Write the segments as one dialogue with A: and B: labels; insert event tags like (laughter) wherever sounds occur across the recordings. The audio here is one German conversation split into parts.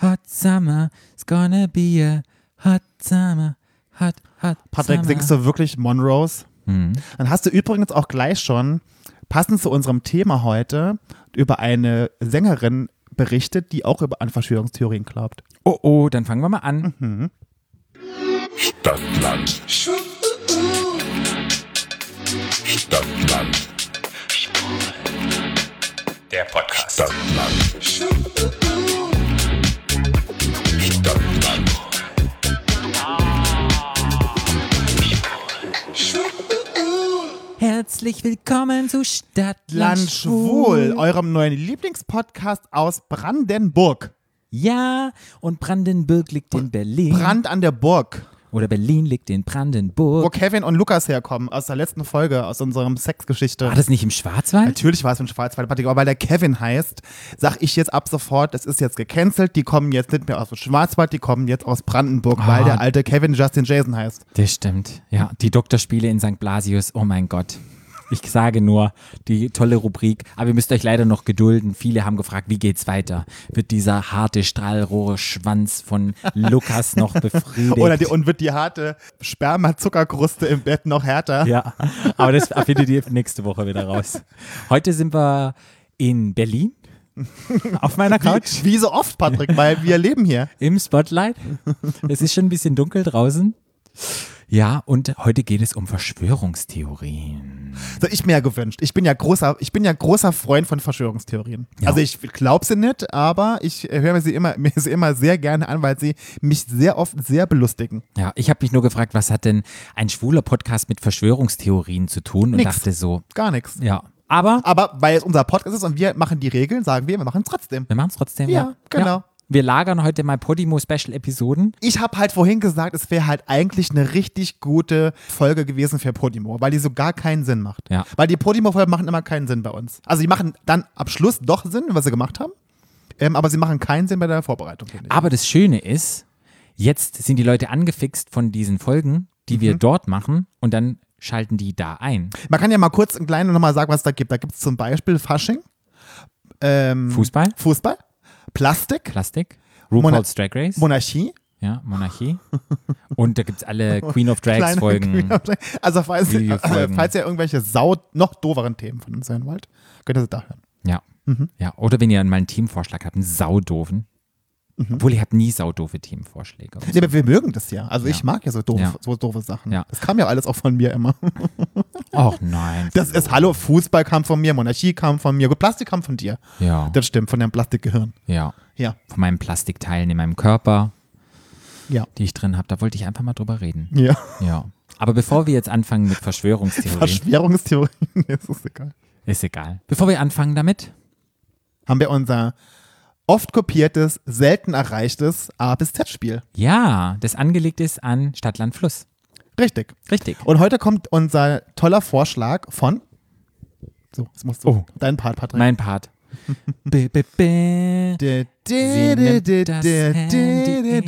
A: hot summer, it's gonna be a hot summer, hot, hot
B: Patrick,
A: summer.
B: singst du wirklich Monroes?
A: Mhm.
B: Dann hast du übrigens auch gleich schon, passend zu unserem Thema heute, über eine Sängerin berichtet, die auch über an Verschwörungstheorien glaubt.
A: Oh, oh, dann fangen wir mal an.
B: Mhm.
C: Stadtland. Stadtland.
D: Der Podcast.
C: Stadtland. Stadtland.
A: Herzlich willkommen zu Stadtland
B: Land
A: Schwul.
B: schwul, eurem neuen Lieblingspodcast aus Brandenburg.
A: Ja, und Brandenburg liegt in Berlin.
B: Brand an der Burg,
A: Oder Berlin liegt in
B: wo
A: Brandenburg.
B: Kevin und Lukas herkommen, aus der letzten Folge, aus unserem Sexgeschichte.
A: War das nicht im Schwarzwald?
B: Natürlich war es ein Schwarzwald, Patrick, aber weil der Kevin heißt, sag ich jetzt ab sofort, das ist jetzt gecancelt, die kommen jetzt nicht mehr aus dem Schwarzwald, die kommen jetzt aus Brandenburg, weil
A: Ah.
B: der alte Kevin Justin Jason heißt.
A: Das stimmt. Ja, die Doktorspiele in St. Blasius. Oh mein Gott. Ich sage nur, die tolle Rubrik. Aber ihr müsst euch leider noch gedulden. Viele haben gefragt, wie geht's weiter? Wird dieser harte Strahlrohrschwanz von Lukas (laughs) noch befriedigt?
B: Oder die, und wird die harte Sperma-Zuckerkruste im Bett noch härter.
A: ja, aber das findet ihr nächste Woche wieder raus. Heute sind wir in Berlin. Auf meiner Couch.
B: Wie, wie so oft, Patrick, weil wir leben hier.
A: im Spotlight. Es ist schon ein bisschen dunkel draußen. Ja, und heute geht es um Verschwörungstheorien.
B: So, ich mir ja gewünscht. Ich bin ja großer, ich bin ja großer Freund von Verschwörungstheorien.
A: Ja.
B: Also ich glaube sie nicht, aber ich äh, höre mir sie immer, (laughs) mir sie immer sehr gerne an, weil sie mich sehr oft sehr belustigen.
A: Ja, ich habe mich nur gefragt, was hat denn ein schwuler Podcast mit Verschwörungstheorien zu tun und
B: Nix.
A: dachte so,
B: Gar nichts.
A: ja. Aber
B: Aber weil es unser Podcast ist und wir machen die Regeln, sagen wir, wir machen es trotzdem.
A: wir machen es trotzdem.
B: Ja, genau.
A: Wir lagern heute mal Podimo-Special-Episoden.
B: Ich habe halt vorhin gesagt, es wäre halt eigentlich eine richtig gute Folge gewesen für Podimo, weil die so gar keinen Sinn macht.
A: Ja.
B: Weil die Podimo-Folgen machen immer keinen Sinn bei uns. Also die machen dann ab Schluss doch Sinn, was sie gemacht haben, ähm, aber sie machen keinen Sinn bei der Vorbereitung. finde ich.
A: Aber das Schöne ist, jetzt sind die Leute angefixt von diesen Folgen, die
B: Mhm.
A: wir dort machen und dann schalten die da ein.
B: Man kann ja mal kurz im Kleinen nochmal sagen, was da gibt. Da gibt es zum Beispiel Fasching, ähm,
A: Fußball,
B: Fußball, Plastik,
A: Plastik,
B: Mona-
A: RuPaul's Drag Race.
B: Monarchie.
A: Ja, Monarchie. Und da gibt es alle Queen
B: (laughs)
A: of Drags
B: kleine
A: Folgen.
B: Queen- Also falls,
A: Videofolgen.
B: falls ihr irgendwelche sau noch dooferen Themen von uns hören wollt, könnt ihr sie da hören.
A: Ja. ja. Oder wenn ihr mal einen Teamvorschlag habt, einen saudofen. Obwohl ihr habt nie saudofe Teamvorschläge.
B: Nee, aber wir mögen das ja. Also ich mag ja so, doof,
A: Ja.
B: so doofe Sachen.
A: Ja.
B: Das kam ja alles auch von mir immer.
A: Och nein.
B: Das ist, hallo, Fußball kam von mir, Monarchie kam von mir, gut, Plastik kam von dir.
A: ja.
B: Das stimmt, von deinem Plastikgehirn.
A: ja.
B: Ja,
A: Von meinen Plastikteilen in meinem Körper,
B: ja,
A: die ich drin habe, da wollte ich einfach mal drüber reden. (laughs)
B: ja.
A: Ja. Aber bevor wir jetzt anfangen mit Verschwörungstheorien,
B: Verschwörungstheorien, (laughs) Nee, das ist egal.
A: ist egal. Bevor wir anfangen damit,
B: haben wir unser oft kopiertes, selten erreichtes A bis Z-Spiel.
A: ja, das angelegt ist an Stadt, Land, Fluss.
B: Richtig.
A: Richtig.
B: Und heute kommt unser toller Vorschlag von. So, jetzt musst du
A: Oh.
B: deinen Part, Patrick.
A: Mein Part. B -b -b
B: Did,
A: Sie
B: did,
A: nimmt
B: did, did,
A: das
B: did,
A: Handy in
B: did, did,
A: die
B: did,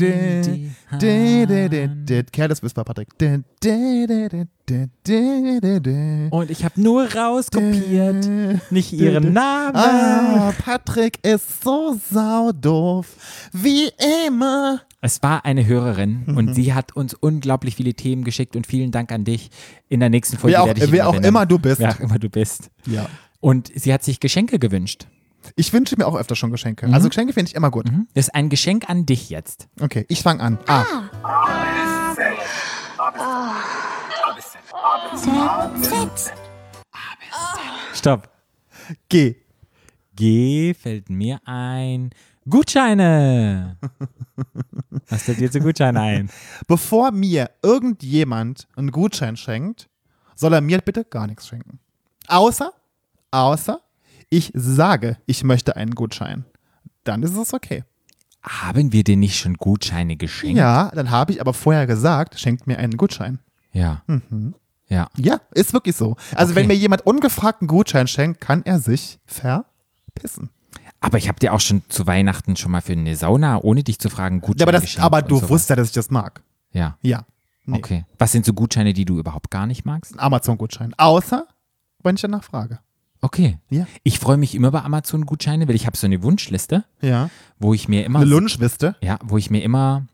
B: did, did,
A: Hand.
B: did. Careless Whisper, Patrick. Did, did, did, did, did, did, did, did.
A: Und ich habe nur rauskopiert, nicht ihren Namen.
B: Ah, Patrick ist so saudoof, wie immer.
A: Es war eine Hörerin
B: Mhm.
A: und sie hat uns unglaublich viele Themen geschickt und vielen Dank an dich. In der nächsten Folge
B: Wer auch,
A: werde ich ihn
B: wer auch
A: erwähnen.
B: immer du bist.
A: Wer auch immer du bist.
B: Ja.
A: Und sie hat sich Geschenke gewünscht.
B: Ich wünsche mir auch öfter schon Geschenke.
A: Mhm.
B: Also Geschenke finde ich immer gut.
A: Das ist ein Geschenk an dich jetzt.
B: Okay, ich fange an. A.
A: Stopp.
B: G.
A: G fällt mir ein. Gutscheine. Was fällt dir zu Gutscheinen
B: (laughs)
A: ein?
B: Bevor mir irgendjemand einen Gutschein schenkt, soll er mir bitte gar nichts schenken. Außer, außer ich sage, ich möchte einen Gutschein. Dann ist es okay.
A: Haben wir dir nicht schon Gutscheine geschenkt?
B: Ja, dann habe ich aber vorher gesagt, schenkt mir einen Gutschein.
A: Ja.
B: Mhm.
A: Ja.
B: Ja, ist wirklich so. Also
A: Okay.
B: wenn mir jemand ungefragt einen Gutschein schenkt, kann er sich verpissen.
A: Aber ich habe dir auch schon zu Weihnachten schon mal für eine Sauna, ohne dich zu fragen, Gutscheine
B: Ja, aber, das,
A: geschenkt.
B: aber
A: und
B: du
A: sowas.
B: wusstest ja, dass ich das mag.
A: Ja.
B: Ja. Nee.
A: Okay. Was sind so Gutscheine, die du überhaupt gar nicht magst?
B: Amazon-Gutschein. Außer, wenn ich danach frage.
A: Okay.
B: Ja.
A: Ich freue mich immer bei Amazon-Gutscheine, weil ich habe so eine Wunschliste,
B: Ja.
A: wo ich mir immer
B: Eine Lunchwiste.
A: ja, wo ich mir immer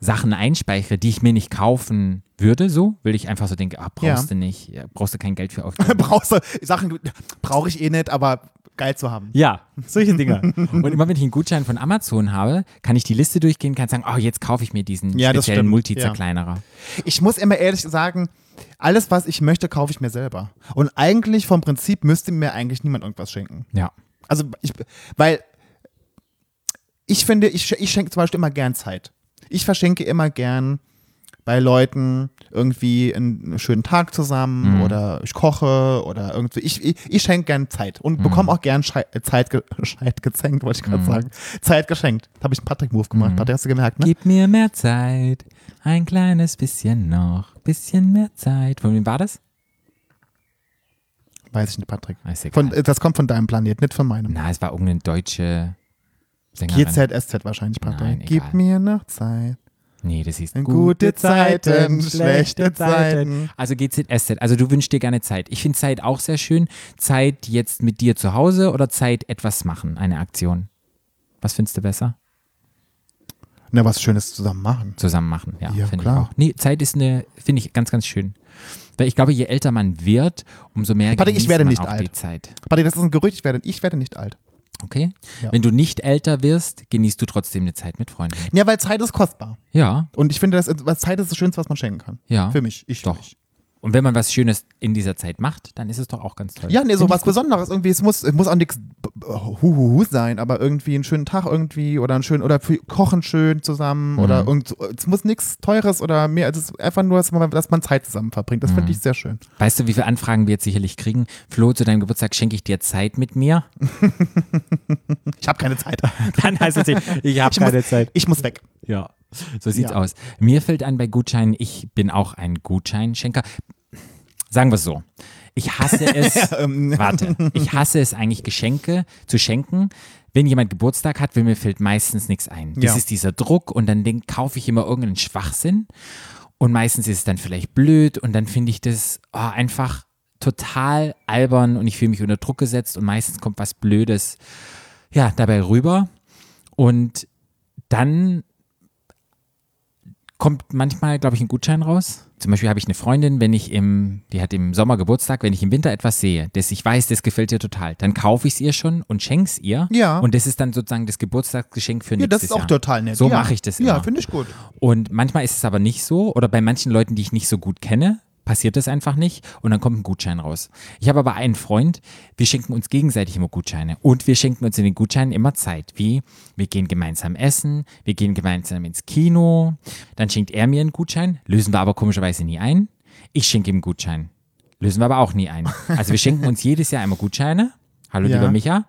A: Sachen einspeichere, die ich mir nicht kaufen würde, so, weil ich einfach so denke, ah, brauchst du nicht, ja, brauchst du kein Geld für aufzunehmen.
B: (laughs) Brauchst du Sachen, brauche ich eh nicht, aber geil zu haben.
A: Ja, solche Dinger. Und immer wenn ich einen Gutschein von Amazon habe, kann ich die Liste durchgehen, kann sagen, oh, jetzt kaufe ich mir diesen
B: Ja, das
A: speziellen
B: stimmt,
A: Multizerkleinerer.
B: (laughs) Ich muss immer ehrlich sagen, alles, was ich möchte, kaufe ich mir selber. Und eigentlich vom Prinzip müsste mir eigentlich niemand irgendwas schenken.
A: Ja.
B: Also, ich, weil ich finde, ich, sch- ich schenke zum Beispiel immer gern Zeit. Ich verschenke immer gern bei Leuten irgendwie einen schönen Tag zusammen oder ich koche oder irgendwie. Ich, ich, ich schenke gern Zeit und bekomme auch gern Schei- äh, Zeit, ge (laughs) Scheit gezänkt, wollte ich gerade sagen. Zeit geschenkt. Da habe ich einen Patrick-Move gemacht. Patrick, hast du gemerkt, ne?
A: Gib mir mehr Zeit, ein kleines bisschen noch, bisschen mehr Zeit. Von wem war das? Ah,
B: Weiß ich nicht, Patrick.
A: Ist egal.
B: Von, äh, das kommt von deinem Planet, nicht von meinem.
A: Na, es war irgendeine deutsche Sängerin.
B: GZSZ wahrscheinlich, Patrick.
A: Nein, egal.
B: Gib mir noch Zeit.
A: Nee, das hieß
B: Gute Zeiten, schlechte Zeiten.
A: Also GZSZ, also du wünschst dir gerne Zeit. Ich finde Zeit auch sehr schön. Zeit jetzt mit dir zu Hause oder Zeit etwas machen, eine Aktion. Was findest du besser?
B: Na, was Schönes zusammen machen.
A: Zusammen machen, ja,
B: Ja,
A: finde ich
B: klar.
A: auch. Nee, Zeit ist eine, finde ich ganz, ganz schön. Weil ich glaube, je älter man wird, umso mehr
B: Patrick, ich
A: genießt
B: werde
A: man
B: nicht
A: auch die
B: alt.
A: Zeit.
B: Patrick, das ist ein Gerücht, ich werde, ich werde nicht alt.
A: Okay?
B: Ja.
A: Wenn du nicht älter wirst, genießt du trotzdem eine Zeit mit Freunden.
B: Ja, weil Zeit ist kostbar.
A: Ja,
B: Und ich finde, das, ist- was Zeit ist das Schönste, was man schenken kann.
A: ja.
B: Für mich. Ich,
A: Doch.
B: Ich.
A: Und wenn man was Schönes in dieser Zeit macht, dann ist es doch auch ganz toll.
B: Ja, nee, so
A: Find ich
B: was Besonderes irgendwie. Es muss, es muss auch nichts huhuhu sein, aber irgendwie einen schönen Tag irgendwie oder einen schönen, oder für kochen schön zusammen
A: Mhm.
B: oder irgend, es muss nichts Teures oder mehr. Es ist einfach nur, dass man, dass man Zeit zusammen verbringt. Das
A: Mhm.
B: finde ich sehr schön.
A: Weißt du, wie viele Anfragen wir jetzt sicherlich kriegen? Flo, zu deinem Geburtstag schenke ich dir Zeit mit mir. (laughs)
B: Ich habe keine Zeit.
A: Dann heißt es, ich, ich habe
B: Ich muss, ich muss weg.
A: Ja. So sieht's
B: Ja.
A: aus. Mir fällt an bei Gutscheinen, ich bin auch ein Gutscheinschenker. Sagen wir es so. Ich
B: (laughs)
A: hasse es,
B: Ähm.
A: warte, ich hasse es eigentlich, Geschenke zu schenken. Wenn jemand Geburtstag hat, will mir fällt meistens nichts ein. Das
B: Ja.
A: ist dieser Druck und dann denk, kaufe ich immer irgendeinen Schwachsinn. Und meistens ist es dann vielleicht blöd und dann finde ich das oh, einfach total albern und ich fühle mich unter Druck gesetzt und meistens kommt was Blödes ja, dabei rüber. Und dann kommt manchmal, glaube ich, ein Gutschein raus. Zum Beispiel habe ich eine Freundin, wenn ich im, die hat im Sommer Geburtstag, wenn ich im Winter etwas sehe, das ich weiß, das gefällt ihr total, dann kaufe ich es ihr schon und schenke es ihr.
B: Ja.
A: Und das ist dann sozusagen das Geburtstagsgeschenk für
B: Ja,
A: nächstes
B: das ist auch
A: Jahr.
B: total nett.
A: So
B: ja.
A: mache ich das immer.
B: Ja, finde ich gut.
A: Und manchmal ist es aber nicht so oder bei manchen Leuten, die ich nicht so gut kenne, passiert das einfach nicht und dann kommt ein Gutschein raus. Ich habe aber einen Freund, wir schenken uns gegenseitig immer Gutscheine und wir schenken uns in den Gutscheinen immer Zeit, wie wir gehen gemeinsam essen, wir gehen gemeinsam ins Kino, dann schenkt er mir einen Gutschein, lösen wir aber komischerweise nie ein, ich schenke ihm einen Gutschein, lösen wir aber auch nie ein. Also wir schenken uns jedes Jahr immer Gutscheine. Hallo
B: Ja.
A: lieber Micha,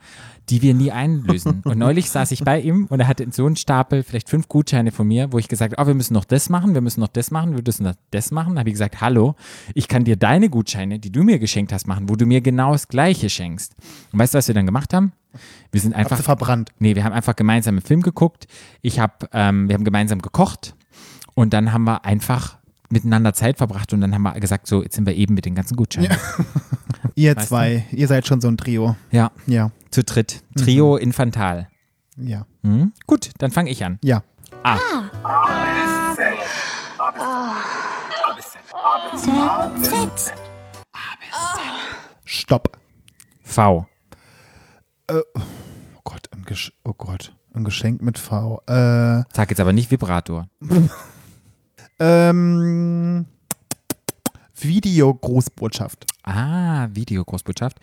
A: die wir nie einlösen. Und neulich saß ich bei ihm und er hatte so einen Stapel, vielleicht fünf Gutscheine von mir, wo ich gesagt habe, oh, wir müssen noch das machen, wir müssen noch das machen, wir müssen noch das machen. Da habe ich gesagt, hallo, ich kann dir deine Gutscheine, die du mir geschenkt hast, machen, wo du mir genau das Gleiche schenkst. Und weißt du, was wir dann gemacht haben? Wir sind
B: Hast
A: einfach
B: du verbrannt.
A: Nee, wir haben einfach gemeinsam einen Film geguckt. Ich habe, ähm, wir haben gemeinsam gekocht und dann haben wir einfach miteinander Zeit verbracht und dann haben wir gesagt, so, jetzt sind wir eben mit den ganzen Gutscheinen.
B: Ihr
A: Weißt
B: zwei, ihr seid schon so ein Trio.
A: Ja,
B: Ja,
A: zu dritt. Trio
B: Mhm.
A: Infantal.
B: ja,
A: Mhm. Gut, dann fange ich an.
B: ja. Stopp.
A: V.
B: Oh Gott, ein, Gesch oh Gott, ein Geschenk mit V. Äh,
A: Sag jetzt aber nicht Vibrator.
B: ähm, Videogroßbotschaft.
A: Ah, Videogroßbotschaft.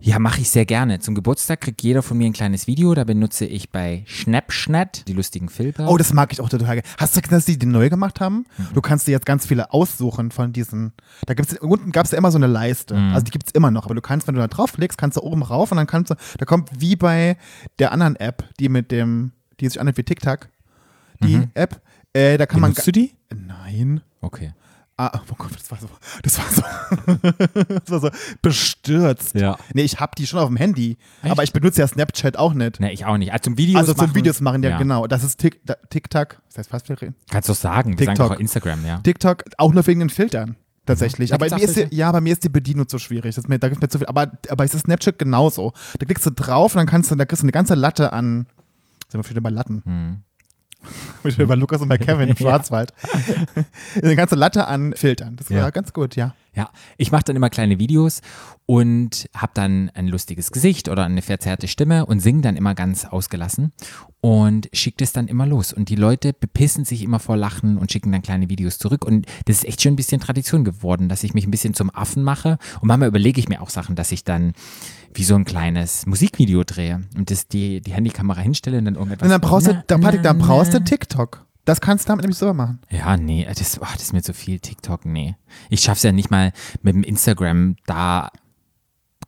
A: Ja, mache ich sehr gerne. Zum Geburtstag kriegt jeder von mir ein kleines Video. Da benutze ich bei Snapchat die lustigen Filter.
B: Oh, das mag ich auch total. Hast du gesehen, dass die die neu gemacht haben?
A: Mhm.
B: Du kannst dir jetzt ganz viele aussuchen von diesen. Da gibt's unten gab es ja immer so eine Leiste.
A: Mhm.
B: Also die gibt's immer noch, aber du kannst, wenn du da draufklickst, kannst du oben rauf und dann kannst du, da kommt wie bei der anderen App, die mit dem, die sich anhört wie TikTok, die App, äh, da kann
A: Benutzt
B: man.
A: Mhm. du die?
B: Nein.
A: Okay.
B: Ah, oh Gott, das war so, das war so, das war so (laughs) bestürzt.
A: Ja.
B: Nee, ich hab die schon auf dem Handy, aber ich benutze ja Snapchat auch nicht.
A: Ne, ich auch nicht. Also zum Videos
B: also
A: machen.
B: zum Videos machen, ja, genau. Das ist Tik- da- TikTok, das heißt fast wir reden.
A: Kannst du doch sagen. Wir sagen
B: TikTok.
A: doch auch Instagram, ja.
B: TikTok, auch nur wegen den Filtern. tatsächlich.
A: Da
B: aber
A: gibt's
B: mir
A: auch
B: ist die,
A: welche?
B: ja, bei mir ist die Bedienung zu schwierig. Das ist mir, da gibt's mir zu viel. Aber, aber ist Snapchat genauso. Da klickst du drauf und dann kannst du, da kriegst du eine ganze Latte an. Sind wir schon wieder bei Latten?
A: Hm.
B: (laughs) Wir sind über Lukas
A: (laughs)
B: und bei Kevin im Schwarzwald. (laughs) eine ganze Latte an Filtern. Das war
A: Ja.
B: ganz gut, ja.
A: Ja, ich mache dann immer kleine Videos und habe dann ein lustiges Gesicht oder eine verzerrte Stimme und singe dann immer ganz ausgelassen und schicke das dann immer los. Und die Leute bepissen sich immer vor Lachen und schicken dann kleine Videos zurück. Und das ist echt schon ein bisschen Tradition geworden, dass ich mich ein bisschen zum Affen mache. Und manchmal überlege ich mir auch Sachen, dass ich dann wie so ein kleines Musikvideo drehe und das die, die Handykamera hinstelle und dann irgendetwas.
B: Und dann brauchst du,
A: Na,
B: dann, Patrick, dann
A: na,
B: brauchst
A: na.
B: du TikTok. Das kannst du damit nämlich selber machen.
A: Ja, nee, äh, das, ach, das ist mir zu viel, TikTok, nee. Ich schaff's ja nicht mal mit dem Instagram da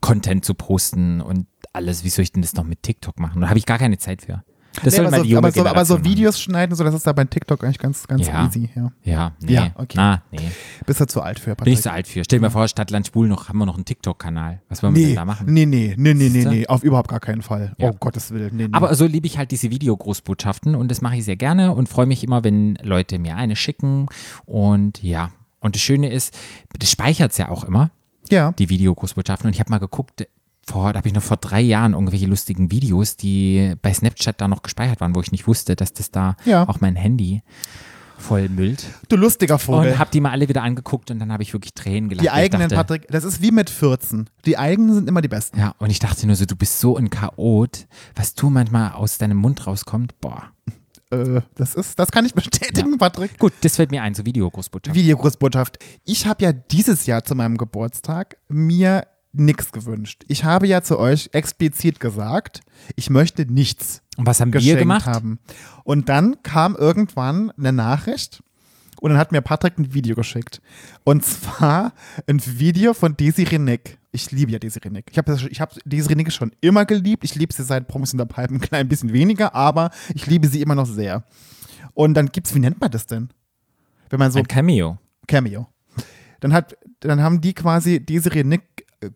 A: Content zu posten und alles. Wie soll ich denn das noch mit TikTok machen? Da habe ich gar keine Zeit für. Das soll
B: aber,
A: mal
B: so,
A: die junge
B: aber, so, aber so
A: Generation
B: Videos schneiden, und so das ist da bei TikTok eigentlich ganz, ganz
A: Ja.
B: easy. Ja.
A: machen. Ja, nee.
B: Ja, okay.
A: Na, nee.
B: Bist du zu alt für,
A: Bin
B: Patrick?
A: ich so alt für. Stell dir mal vor, statt Land Schwul noch, haben wir noch einen TikTok-Kanal. Was wollen wir denn
B: Nee,
A: da machen?
B: nee, nee, nee, nee, nee,
A: Siehste?
B: nee, auf überhaupt gar keinen Fall.
A: Ja.
B: Oh Gottes Willen, nee, nee.
A: Aber so liebe ich halt diese Videogroßbotschaften und das mache ich sehr gerne und freue mich immer, wenn Leute mir eine schicken. Und ja. Und das Schöne ist, das speichert's ja auch immer.
B: ja,
A: die Videogroßbotschaften. Und ich habe mal geguckt, vor, da habe ich noch vor drei Jahren irgendwelche lustigen Videos, die bei Snapchat da noch gespeichert waren, wo ich nicht wusste, dass das da
B: Ja.
A: auch mein Handy vollmüllt.
B: du lustiger Vogel.
A: Und habe die mal alle wieder angeguckt und dann habe ich wirklich Tränen gelacht.
B: Oh, die
A: weil ich
B: eigenen,
A: dachte,
B: Patrick, das ist wie mit 14. Die eigenen sind immer die besten.
A: Ja, und ich dachte nur so, du bist so ein Chaot, was du manchmal aus deinem Mund rauskommt, boah.
B: Äh, das ist, das kann ich bestätigen,
A: Ja.
B: Patrick.
A: Gut, das fällt mir ein, so Videogroßbotschaften.
B: Videogroßbotschaft. Ich habe ja dieses Jahr zu meinem Geburtstag mir nichts gewünscht. Ich habe ja zu euch explizit gesagt, ich möchte nichts.
A: Und was haben wir
B: geschenkt
A: gemacht?
B: haben. Und dann kam irgendwann eine Nachricht und dann hat mir Patrick ein Video geschickt. Und zwar ein Video von Desi Renick. Ich liebe ja Desi Renick. Ich habe ich hab Desi Renick schon immer geliebt. Ich liebe sie seit Promis unter Palmen ein klein bisschen weniger, aber ich liebe sie immer noch sehr. Und dann gibt's, wie nennt man das denn? Wenn man so
A: Ein Cameo.
B: Cameo. Dann, hat, dann haben die quasi Desiree Nick äh,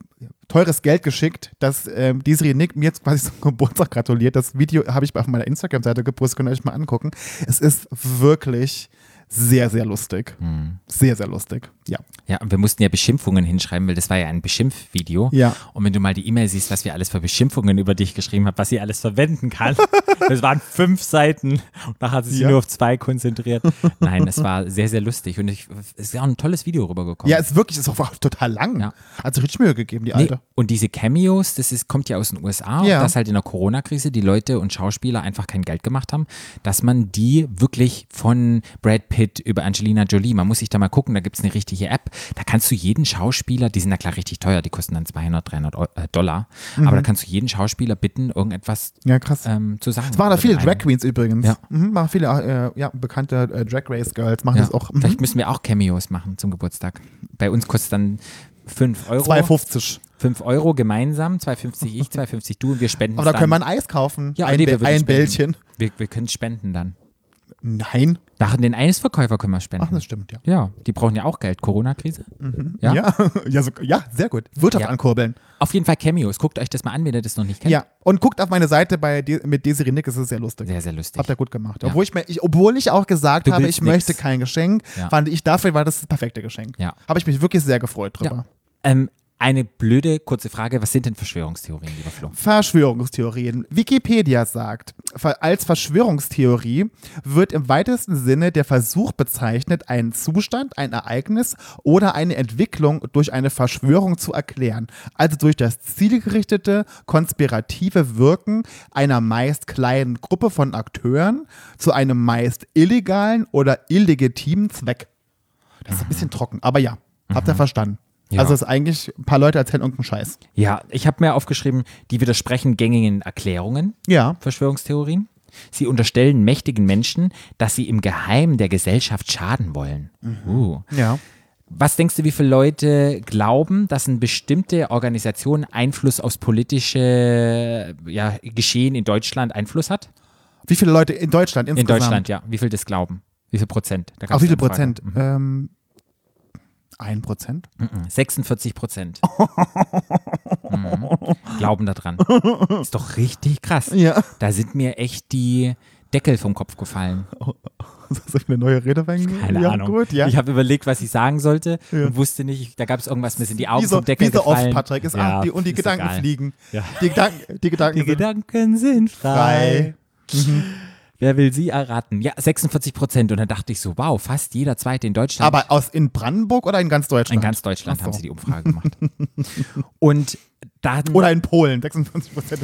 B: teures Geld geschickt, dass ähm, Desiree Nick mir jetzt quasi (laughs) zum Geburtstag gratuliert. Das Video habe ich auf meiner Instagram-Seite gepostet, könnt ihr euch mal angucken. Es ist wirklich sehr, sehr lustig.
A: Mhm.
B: Sehr, sehr lustig. Ja.
A: Ja, und wir mussten ja Beschimpfungen hinschreiben, weil das war ja ein Beschimpfvideo.
B: Ja.
A: Und wenn du mal die E-Mail siehst, was wir alles für Beschimpfungen über dich geschrieben haben, was sie alles verwenden kann. (laughs) das waren fünf Seiten. Und nachher hat sie sich
B: Ja.
A: nur auf zwei konzentriert. Nein, das war sehr, sehr lustig. Und ich, es ist ja auch ein tolles Video rübergekommen.
B: Ja, ist wirklich, ist auch total lang.
A: Ja.
B: Hat sich richtig Mühe gegeben, die
A: Nee,
B: Alte.
A: und diese Cameos, das ist, kommt ja aus den USA
B: Ja.
A: und dass halt in der Corona-Krise die Leute und Schauspieler einfach kein Geld gemacht haben, dass man die wirklich von Brad Pitt über Angelina Jolie, man muss sich da mal gucken, da gibt es eine richtige App, da kannst du jeden Schauspieler, die sind ja klar richtig teuer, die kosten dann 200, 300 Eu- äh, Dollar, aber da kannst du jeden Schauspieler bitten, irgendetwas
B: Mhm. Ja, krass.
A: ähm, zu sagen.
B: Es waren da
A: Oder
B: viele
A: einen-
B: Drag Queens übrigens.
A: Ja.
B: Mhm, machen viele äh, ja, bekannte äh, Drag Race Girls, machen
A: Ja.
B: das auch. Mhm. (laughs)
A: Vielleicht müssen wir auch Cameos machen zum Geburtstag. Bei uns kostet dann 5 Euro.
B: 2,50.
A: 5 Euro gemeinsam, 2,50 ich, 2,50 du und wir spenden
B: Aber da
A: dann.
B: können wir ein Eis kaufen.
A: Ja,
B: ein
A: nee, wir
B: Bä-
A: würden
B: ein
A: spenden.
B: Bällchen.
A: Wir, wir können spenden dann.
B: Nein.
A: Nach den Eisverkäufer können wir spenden.
B: Ach, das stimmt, ja.
A: ja, die brauchen ja auch Geld. Corona-Krise. Ja?
B: Ja, (laughs) ja, so, ja sehr gut. Wirtschaft
A: Ja.
B: ankurbeln.
A: Auf jeden Fall Cameos. Guckt euch das mal an, wenn ihr das noch nicht kennt.
B: Ja, und guckt auf meine Seite bei De mit Desiree Nick, es ist sehr lustig.
A: Sehr, sehr lustig.
B: Habt ihr gut gemacht.
A: Ja.
B: Obwohl, ich mir, ich, obwohl ich auch gesagt
A: Du
B: habe,
A: willst
B: ich möchte
A: nix.
B: kein Geschenk,
A: Ja.
B: fand ich, dafür war das das perfekte Geschenk.
A: Ja.
B: Habe ich mich wirklich sehr gefreut drüber.
A: Ähm, eine blöde, kurze Frage. Was sind denn Verschwörungstheorien, lieber Flo?
B: Verschwörungstheorien. Wikipedia sagt, ver- als Verschwörungstheorie wird im weitesten Sinne der Versuch bezeichnet, einen Zustand, ein Ereignis oder eine Entwicklung durch eine Verschwörung zu erklären. Also durch das zielgerichtete, konspirative Wirken einer meist kleinen Gruppe von Akteuren zu einem meist illegalen oder illegitimen Zweck. Das ist ein bisschen trocken, aber ja, habt ihr verstanden.
A: Ja.
B: Also es ist eigentlich, ein paar Leute erzählen irgendeinen Scheiß.
A: Ja, ich habe mir aufgeschrieben, die widersprechen gängigen Erklärungen.
B: Ja.
A: Verschwörungstheorien. Sie unterstellen mächtigen Menschen, dass sie im Geheim der Gesellschaft schaden wollen.
B: Mhm.
A: Uh.
B: Ja.
A: Was denkst du, wie viele Leute glauben, dass eine bestimmte Organisation Einfluss aufs politische ja, Geschehen in Deutschland Einfluss hat?
B: Wie viele Leute in Deutschland
A: In
B: insgesamt?
A: Deutschland, ja. Wie viel das glauben? Wie viel Prozent? Da gab's
B: Auf wie viel
A: eine Frage.
B: Prozent? Ähm, ein Prozent? (laughs)
A: Mhm. 46 Prozent. Mhm. Glauben daran. Ist doch richtig krass.
B: Ja.
A: Da sind mir echt die Deckel vom Kopf gefallen.
B: Soll ich eine neue Rede verhängen?
A: Keine
B: ja,
A: Ahnung.
B: Gut, ja.
A: Ich habe überlegt, was ich sagen sollte
B: Ja.
A: und wusste nicht, ich- da gab es irgendwas, mir sind die Augen
B: wie so,
A: vom Deckel
B: wie so oft,
A: gefallen.
B: Patrick. Ist
A: Ja,
B: ab, die, und die
A: ist
B: Gedanken
A: egal.
B: fliegen.
A: Ja.
B: Die Gedanken, die Gedanken
A: Die
B: sind
A: Gedanken sind frei.
B: frei.
A: Wer will sie erraten? Ja, 46 Prozent. Und dann dachte ich so, wow, fast jeder Zweite in Deutschland.
B: Aber aus in Brandenburg oder in ganz Deutschland?
A: in ganz Deutschland
B: Ach
A: haben
B: so.
A: sie die Umfrage gemacht. (laughs) und dann
B: Oder in Polen, 56 Prozent.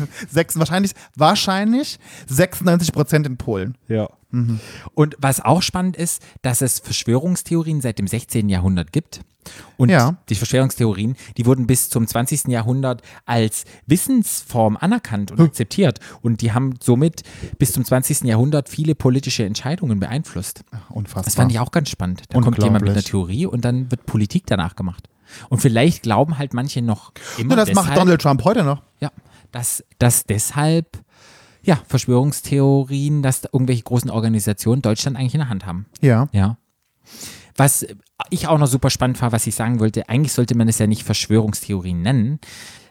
B: Wahrscheinlich, wahrscheinlich 96 Prozent in Polen.
A: Ja.
B: Mhm.
A: Und was auch spannend ist, dass es Verschwörungstheorien seit dem 16. Jahrhundert gibt. Und
B: Ja.
A: die Verschwörungstheorien, die wurden bis zum 20. Jahrhundert als Wissensform anerkannt und akzeptiert. Und die haben somit bis zum 20. Jahrhundert viele politische Entscheidungen beeinflusst.
B: Unfassbar.
A: Das fand ich auch ganz spannend. Da kommt jemand mit einer
B: Unglaublich.
A: Theorie und dann wird Politik danach gemacht. Und vielleicht glauben halt manche noch immer
B: Nur das
A: deshalb,
B: macht Donald Trump heute noch.
A: ja, dass, dass deshalb ja, Verschwörungstheorien, dass da irgendwelche großen Organisationen Deutschland eigentlich in der Hand haben.
B: Ja.
A: Ja. Was ich auch noch super spannend war, was ich sagen wollte, eigentlich sollte man es ja nicht Verschwörungstheorien nennen.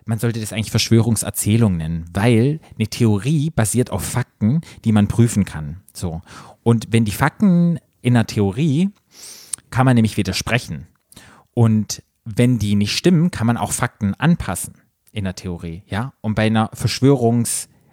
A: Man sollte das eigentlich Verschwörungserzählung nennen, weil eine Theorie basiert auf Fakten, die man prüfen kann. So. Und wenn die Fakten in einer Theorie, kann man nämlich widersprechen. Und wenn die nicht stimmen, kann man auch Fakten anpassen in der Theorie, ja? Und bei einer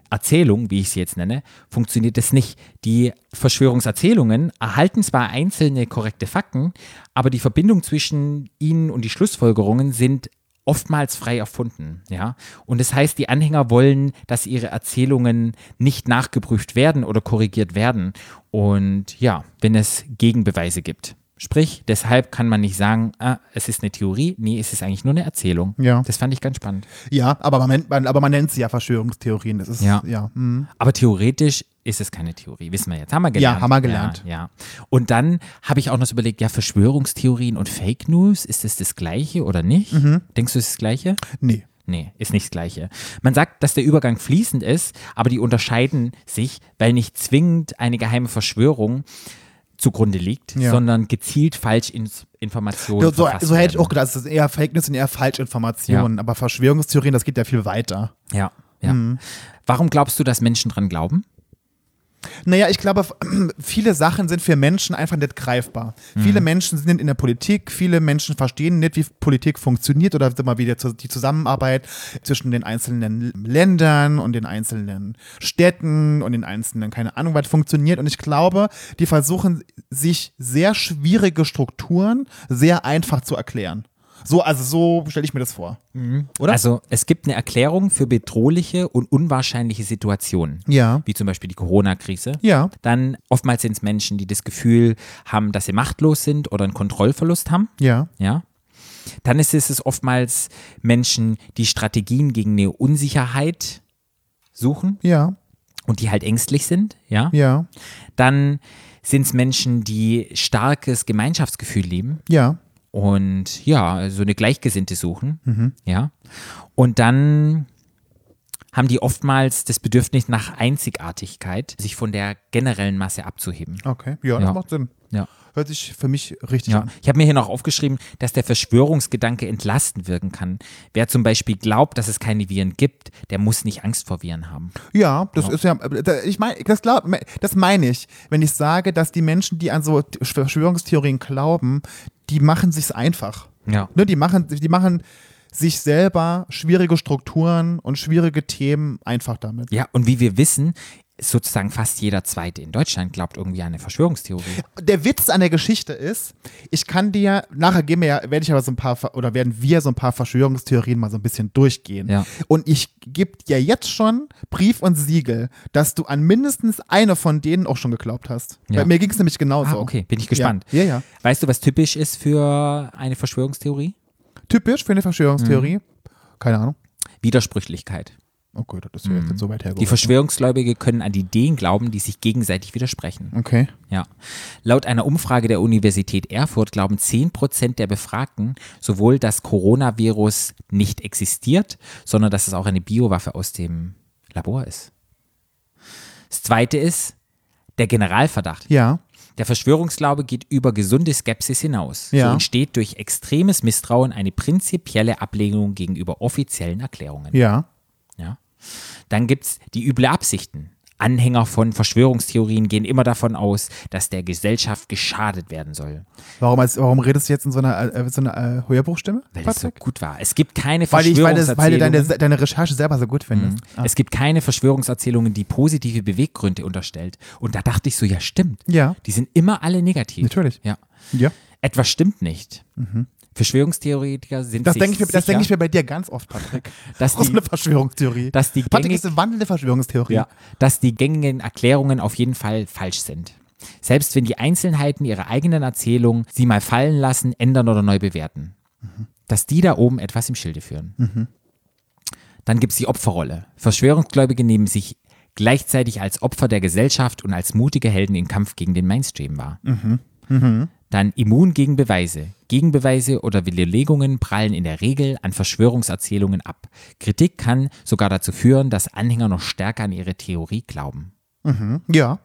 A: Verschwörungserzählung, wie ich sie jetzt nenne, funktioniert das nicht. Die Verschwörungserzählungen erhalten zwar einzelne korrekte Fakten, aber die Verbindung zwischen ihnen und die Schlussfolgerungen sind oftmals frei erfunden, ja. Und das heißt, die Anhänger wollen, dass ihre Erzählungen nicht nachgeprüft werden oder korrigiert werden. Und ja, wenn es Gegenbeweise gibt. Sprich, deshalb kann man nicht sagen, ah, es ist eine Theorie, nee, es ist eigentlich nur eine Erzählung.
B: Ja.
A: Das fand ich ganz spannend.
B: Ja, aber man, nennt- man, aber man nennt sie ja Verschwörungstheorien. Das ist,
A: Ja.
B: ja. Ja, mhm.
A: Aber theoretisch ist es keine Theorie, wissen wir jetzt. Haben wir gelernt.
B: Ja, haben wir gelernt.
A: Ja, ja. Und dann habe ich auch noch so überlegt, ja, Verschwörungstheorien und Fake News, ist das das Gleiche oder nicht?
B: Mhm.
A: Denkst du, es ist das Gleiche?
B: Nee.
A: Nee, ist nicht das Gleiche. Man sagt, dass der Übergang fließend ist, aber die unterscheiden sich, weil nicht zwingend eine geheime Verschwörung zugrunde liegt,
B: Ja.
A: sondern gezielt falsch Ins- Informationen.
B: So, so,
A: verfasst
B: so hätte ich
A: werden.
B: auch gedacht, das sind eher Fake News und eher Falschinformationen. Aber Verschwörungstheorien, das geht ja viel weiter.
A: Ja, ja.
B: Mhm.
A: Warum glaubst du, dass Menschen dran glauben?
B: Naja, ich glaube, (clears throat) viele Sachen sind für Menschen einfach nicht greifbar. Viele
A: Mhm.
B: Menschen sind in der Politik, viele Menschen verstehen nicht, wie Politik funktioniert oder sag mal wieder zu- die Zusammenarbeit zwischen den einzelnen Ländern und den einzelnen Städten und den einzelnen, keine Ahnung, was funktioniert. Und ich glaube, die versuchen sich sehr schwierige Strukturen sehr einfach zu erklären. So, also so stelle ich mir das vor. Oder?
A: Also es gibt eine Erklärung für bedrohliche und unwahrscheinliche Situationen.
B: Ja.
A: Wie zum Beispiel die Corona-Krise.
B: Ja.
A: Dann oftmals sind es Menschen, die das Gefühl haben, dass sie machtlos sind oder einen Kontrollverlust haben.
B: Ja.
A: ja. Dann ist es es oftmals Menschen, die Strategien gegen eine Unsicherheit suchen
B: Ja.
A: und die halt ängstlich sind, ja.
B: Ja.
A: Dann sind es Menschen, die starkes Gemeinschaftsgefühl leben
B: Ja.
A: und ja, so eine Gleichgesinnte suchen, ja. Und dann haben die oftmals das Bedürfnis nach Einzigartigkeit, sich von der generellen Masse abzuheben.
B: Okay. Ja, das
A: Ja.
B: macht Sinn.
A: Ja.
B: Hört sich für mich richtig
A: Ja,
B: an.
A: ich habe mir hier noch aufgeschrieben, dass der Verschwörungsgedanke entlastend wirken kann. Wer zum Beispiel glaubt, dass es keine Viren gibt, der muss nicht Angst vor Viren haben.
B: Ja, das ist ja, da- ich meine, das glaub, das meine ich, wenn ich sage, dass die Menschen, die an so Verschwörungstheorien glauben, die machen sich's einfach.
A: Ja.
B: Ne, die machen, die machen sich selber schwierige Strukturen und schwierige Themen einfach damit.
A: Ja, und wie wir wissen, ist sozusagen fast jeder Zweite in Deutschland glaubt irgendwie an eine Verschwörungstheorie.
B: Der Witz an der Geschichte ist, ich kann dir, nachher gehen wir ja, werde ich aber so ein paar, Ver- oder werden wir so ein paar Verschwörungstheorien mal so ein bisschen durchgehen.
A: Ja.
B: Und ich gebe dir jetzt schon Brief und Siegel, dass du an mindestens eine von denen auch schon geglaubt hast.
A: Ja.
B: Bei mir ging's nämlich genauso.
A: Ah, okay, bin ich gespannt.
B: Ja, ja. ja.
A: Weißt du, was typisch ist für eine Verschwörungstheorie?
B: Typisch für eine Verschwörungstheorie.
A: Mhm.
B: Keine Ahnung.
A: Widersprüchlichkeit.
B: Okay, das ist ja jetzt nicht so weit
A: Mhm. Die
B: hergeholt.
A: Verschwörungsgläubige können an Ideen glauben, die sich gegenseitig widersprechen.
B: Okay.
A: Ja. Laut einer Umfrage der Universität Erfurt glauben 10 Prozent der Befragten sowohl, dass Coronavirus nicht existiert, sondern dass es auch eine Biowaffe aus dem Labor ist. Das zweite ist der Generalverdacht.
B: Ja.
A: Der Verschwörungsglaube geht über gesunde Skepsis hinaus. So
B: Ja.
A: entsteht durch extremes Misstrauen eine prinzipielle Ablehnung gegenüber offiziellen Erklärungen.
B: Ja.
A: Ja. Dann gibt es die üble Absichten. Anhänger von Verschwörungstheorien gehen immer davon aus, dass der Gesellschaft geschadet werden soll,
B: Warum, als, warum redest du jetzt in so einer, äh, so einer äh, Heuerbuchstimme,
A: weil es so
B: Patrick?
A: gut war. Es gibt keine
B: Weil, ich, weil, das, weil du
A: Verschwörungserzählungen. Mhm.
B: deine, deine Recherche selber so gut findest. Ah.
A: Es gibt keine Verschwörungserzählungen, die positive Beweggründe unterstellt. Und da dachte ich so, ja stimmt.
B: Ja.
A: Die sind immer alle negativ.
B: Natürlich.
A: Ja.
B: Ja.
A: Etwas stimmt nicht. Verschwörungstheoretiker sind
B: Das
A: sich
B: denke ich, mir- das
A: sicher,
B: denk ich mir bei dir ganz oft, Patrick.
A: (laughs) dass
B: Das ist
A: die,
B: eine Verschwörungstheorie.
A: dass die
B: Patrick
A: gängig-
B: ist eine wandelnde Verschwörungstheorie.
A: ja, dass die gängigen Erklärungen auf jeden Fall falsch sind. Selbst wenn die Einzelheiten ihrer eigenen Erzählung sie mal fallen lassen, ändern oder neu bewerten. Dass die da oben etwas im Schilde führen. Dann gibt es die Opferrolle. Verschwörungsgläubige nehmen sich gleichzeitig als Opfer der Gesellschaft und als mutige Helden im Kampf gegen den Mainstream wahr. Dann immun gegen Beweise. Gegenbeweise oder Widerlegungen prallen in der Regel an Verschwörungserzählungen ab. Kritik kann sogar dazu führen, dass Anhänger noch stärker an ihre Theorie glauben.
B: Ja.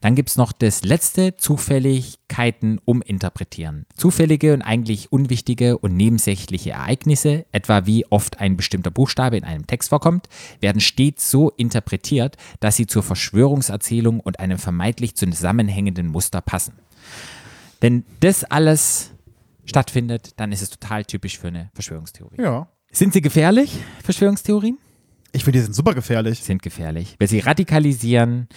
A: Dann gibt es noch das letzte, Zufälligkeiten uminterpretieren. Zufällige und eigentlich unwichtige und nebensächliche Ereignisse, etwa wie oft ein bestimmter Buchstabe in einem Text vorkommt, werden stets so interpretiert, dass sie zur Verschwörungserzählung und einem vermeintlich zusammenhängenden Muster passen. Wenn das alles stattfindet, dann ist es total typisch für eine Verschwörungstheorie.
B: Ja.
A: Sind sie gefährlich, Verschwörungstheorien?
B: Ich finde, die sind super gefährlich.
A: sind gefährlich, weil sie radikalisieren,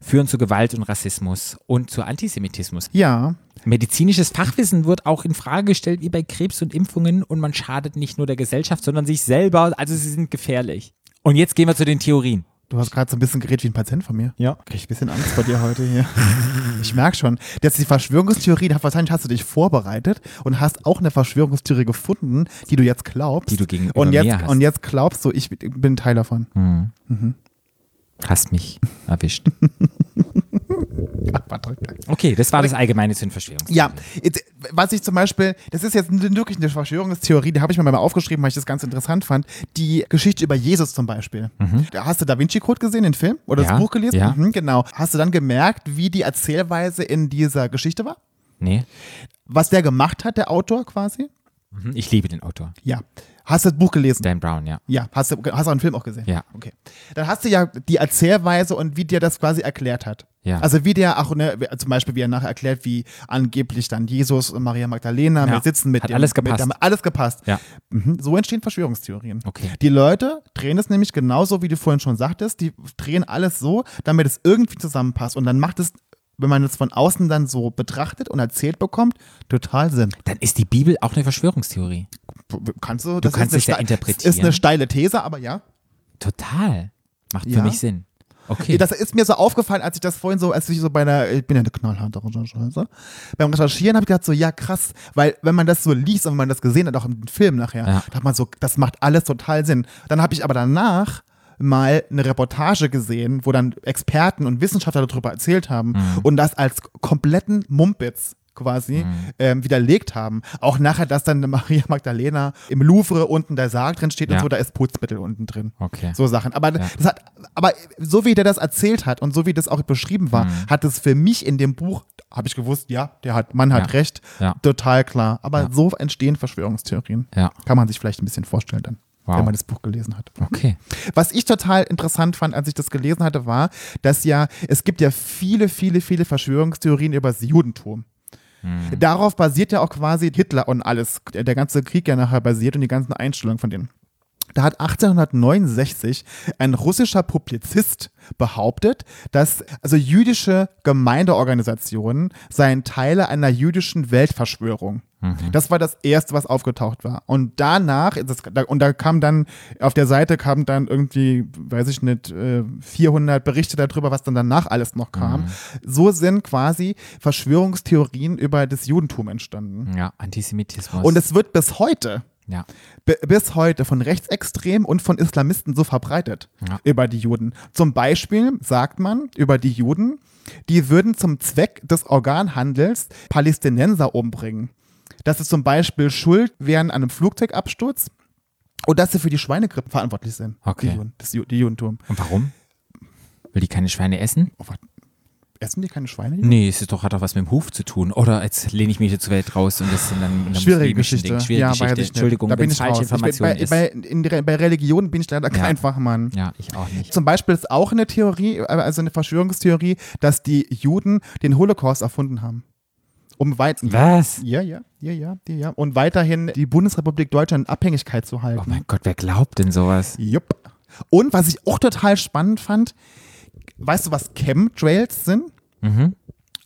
A: führen zu Gewalt und Rassismus und zu Antisemitismus.
B: Ja.
A: Medizinisches Fachwissen wird auch in Frage gestellt, wie bei Krebs und Impfungen, und man schadet nicht nur der Gesellschaft, sondern sich selber. Also sie sind gefährlich. Und jetzt gehen wir zu den Theorien.
B: Du hast gerade so ein bisschen geredet wie ein Patient von mir.
A: Ja.
B: Krieg ich ein bisschen Angst vor dir heute hier. (laughs) Ich merke schon. Jetzt die Verschwörungstheorie, da- wahrscheinlich hast du dich vorbereitet und hast auch eine Verschwörungstheorie gefunden, die du jetzt glaubst.
A: Die du gegenüber
B: und jetzt,
A: mir hast. Hm.
B: Und jetzt glaubst du, ich bin Teil davon.
A: Hast mich erwischt.
B: Ach, (laughs) Patrick.
A: Okay, das war das Allgemeine zu den Verschwörungen.
B: Ja, jetzt, was ich zum Beispiel, das ist jetzt n- wirklich eine Verschwörungstheorie, die habe ich mir mal aufgeschrieben, weil ich das ganz interessant fand. Die Geschichte über Jesus zum Beispiel. Da Hast du Da Vinci Code gesehen, den Film oder
A: Mhm. Ja,
B: das Buch gelesen?
A: ja.
B: Mhm, genau. Hast du dann gemerkt, wie die Erzählweise in dieser Geschichte war?
A: Nee,
B: Was der gemacht hat, der Autor quasi?
A: Mhm, ich liebe den Autor.
B: Ja. Hast du das Buch gelesen?
A: Dan Brown, ja.
B: Ja, hast du hast auch einen Film auch gesehen?
A: Ja.
B: Okay. Dann hast du ja die Erzählweise und wie dir das quasi erklärt hat.
A: Ja.
B: Also wie der auch, ne, zum Beispiel wie er nachher erklärt, wie angeblich dann Jesus und Maria Magdalena
A: Ja.
B: mit sitzen mit
A: Hat
B: dem,
A: alles
B: Mit,
A: gepasst.
B: haben alles gepasst.
A: Ja.
B: Mhm. So entstehen Verschwörungstheorien.
A: Okay.
B: Die Leute drehen es nämlich genauso, wie du vorhin schon sagtest, die drehen alles so, damit es irgendwie zusammenpasst. Und dann macht es, wenn man es von außen dann so betrachtet und erzählt bekommt, total Sinn.
A: Dann ist die Bibel auch eine Verschwörungstheorie.
B: Kannst du,
A: Du kannst
B: ist eine
A: es ja
B: stei-
A: interpretieren.
B: Ist eine steile These, aber ja.
A: Total. Macht
B: Ja.
A: für mich Sinn. Okay.
B: Das ist mir so aufgefallen, als ich das vorhin so, als ich so bei einer, ich bin ja eine knallharte Recherche, beim Recherchieren habe ich gedacht so, ja krass, weil wenn man das so liest und wenn man das gesehen hat, auch im Film nachher,
A: Ja.
B: da hat man so, das macht alles total Sinn. Dann habe ich aber danach mal eine Reportage gesehen, wo dann Experten und Wissenschaftler darüber erzählt haben
A: Mhm.
B: und das als kompletten Mumpitz quasi ähm, widerlegt haben. Auch nachher, dass dann eine Maria Magdalena im Louvre unten der Sarg drin steht und
A: Ja.
B: so, da ist Putzmittel unten drin.
A: Okay.
B: So Sachen. Aber, das hat, aber so wie der das erzählt hat und so wie das auch beschrieben war,
A: Mhm.
B: hat es für mich in dem Buch, habe ich gewusst, ja, der hat, Mann hat
A: Ja.
B: recht,
A: Ja.
B: total klar. Aber so entstehen Verschwörungstheorien.
A: Ja.
B: Kann man sich vielleicht ein bisschen vorstellen dann,
A: Wow.
B: wenn man das Buch gelesen hat.
A: Okay.
B: Was ich total interessant fand, als ich das gelesen hatte, war, dass ja, es gibt ja viele, viele, viele Verschwörungstheorien über das Judentum. Darauf basiert ja auch quasi Hitler und alles. Der der ganze Krieg ja nachher basiert und die ganzen Einstellungen von denen. Da hat 1869 ein russischer Publizist behauptet, dass also jüdische Gemeindeorganisationen seien Teile einer jüdischen Weltverschwörung. Mhm. Das war das erste, was aufgetaucht war. Und danach, ist es, da- und da kam dann, auf der Seite kamen dann irgendwie, weiß ich nicht, äh, 400 Berichte darüber, was dann danach alles noch kam. So sind quasi Verschwörungstheorien über das Judentum entstanden.
A: Ja, Antisemitismus.
B: Und es wird bis heute
A: ja.
B: b- bis heute von Rechtsextremen und von Islamisten so verbreitet
A: Ja.
B: über die Juden. Zum Beispiel sagt man über die Juden, die würden zum Zweck des Organhandels Palästinenser umbringen. Dass sie zum Beispiel schuld wären an einem Flugzeugabsturz und dass sie für die Schweinegrippe verantwortlich sind.
A: Okay.
B: Die, Juden, das Ju die Judentum.
A: Und warum? Will die keine Schweine essen?
B: Oh, was? Essen die keine Schweine?
A: Nee, es ist doch, hat doch was mit dem Huf zu tun. Oder jetzt lehne ich mich jetzt zu weit raus und das sind dann dann muss ich
B: Schwierige
A: mich
B: Geschichte.
A: denken. Schwierige
B: ja, weiß ich
A: Geschichte.
B: nicht.
A: Entschuldigung,
B: da bin
A: wenn
B: ich
A: es falsche
B: raus. Ich
A: Information
B: bin, bei, bei, in, der- bei Religion bin ich leider
A: Ja.
B: kein Fachmann.
A: ist. Ja, ich auch nicht.
B: Zum Beispiel ist auch eine Theorie, äh, also eine Verschwörungstheorie, dass die Juden den Holocaust erfunden haben. Um weit
A: Was?
B: ja, ja, ja, ja, ja, ja. Und weiterhin die Bundesrepublik Deutschland in Abhängigkeit zu halten.
A: Oh mein Gott, wer glaubt denn sowas?
B: Jupp. Und was ich auch total spannend fand, weißt du, was Chemtrails sind?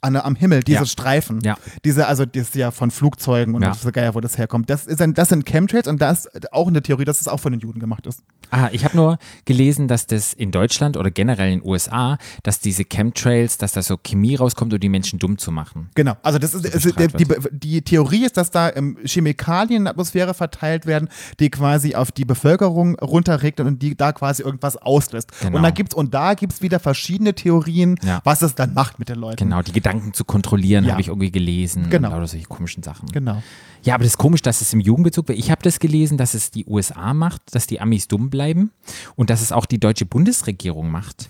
B: An, am Himmel, diese
A: Mhm. Ja.
B: Streifen.
A: Ja.
B: Diese, also das ist ja von Flugzeugen und
A: Ja.
B: das ist geil, wo das herkommt. Das, ist ein, das sind Chemtrails und da ist auch eine Theorie, dass es auch von den Juden gemacht ist.
A: Ah, ich habe nur gelesen, dass das in Deutschland oder generell in den USA, dass diese Chemtrails, dass da so Chemie rauskommt, um die Menschen dumm zu machen.
B: Genau. Also das ist, also die,
A: bestrahlt
B: die, die Theorie ist, dass da ähm, Chemikalien in der Atmosphäre verteilt werden, die quasi auf die Bevölkerung runterregnet und die da quasi irgendwas auslöst.
A: Genau.
B: Und da gibt's und da gibt's wieder verschiedene Theorien,
A: Ja.
B: was es dann macht mit den Leuten.
A: Genau, die Gedanken zu kontrollieren,
B: Ja.
A: habe ich irgendwie gelesen.
B: Genau.
A: Oder solche komischen Sachen.
B: Genau.
A: Ja, aber das ist komisch, dass es im Jugendbezug war. Ich habe das gelesen, dass es die USA macht, dass die Amis dumm bleiben und dass es auch die deutsche Bundesregierung macht.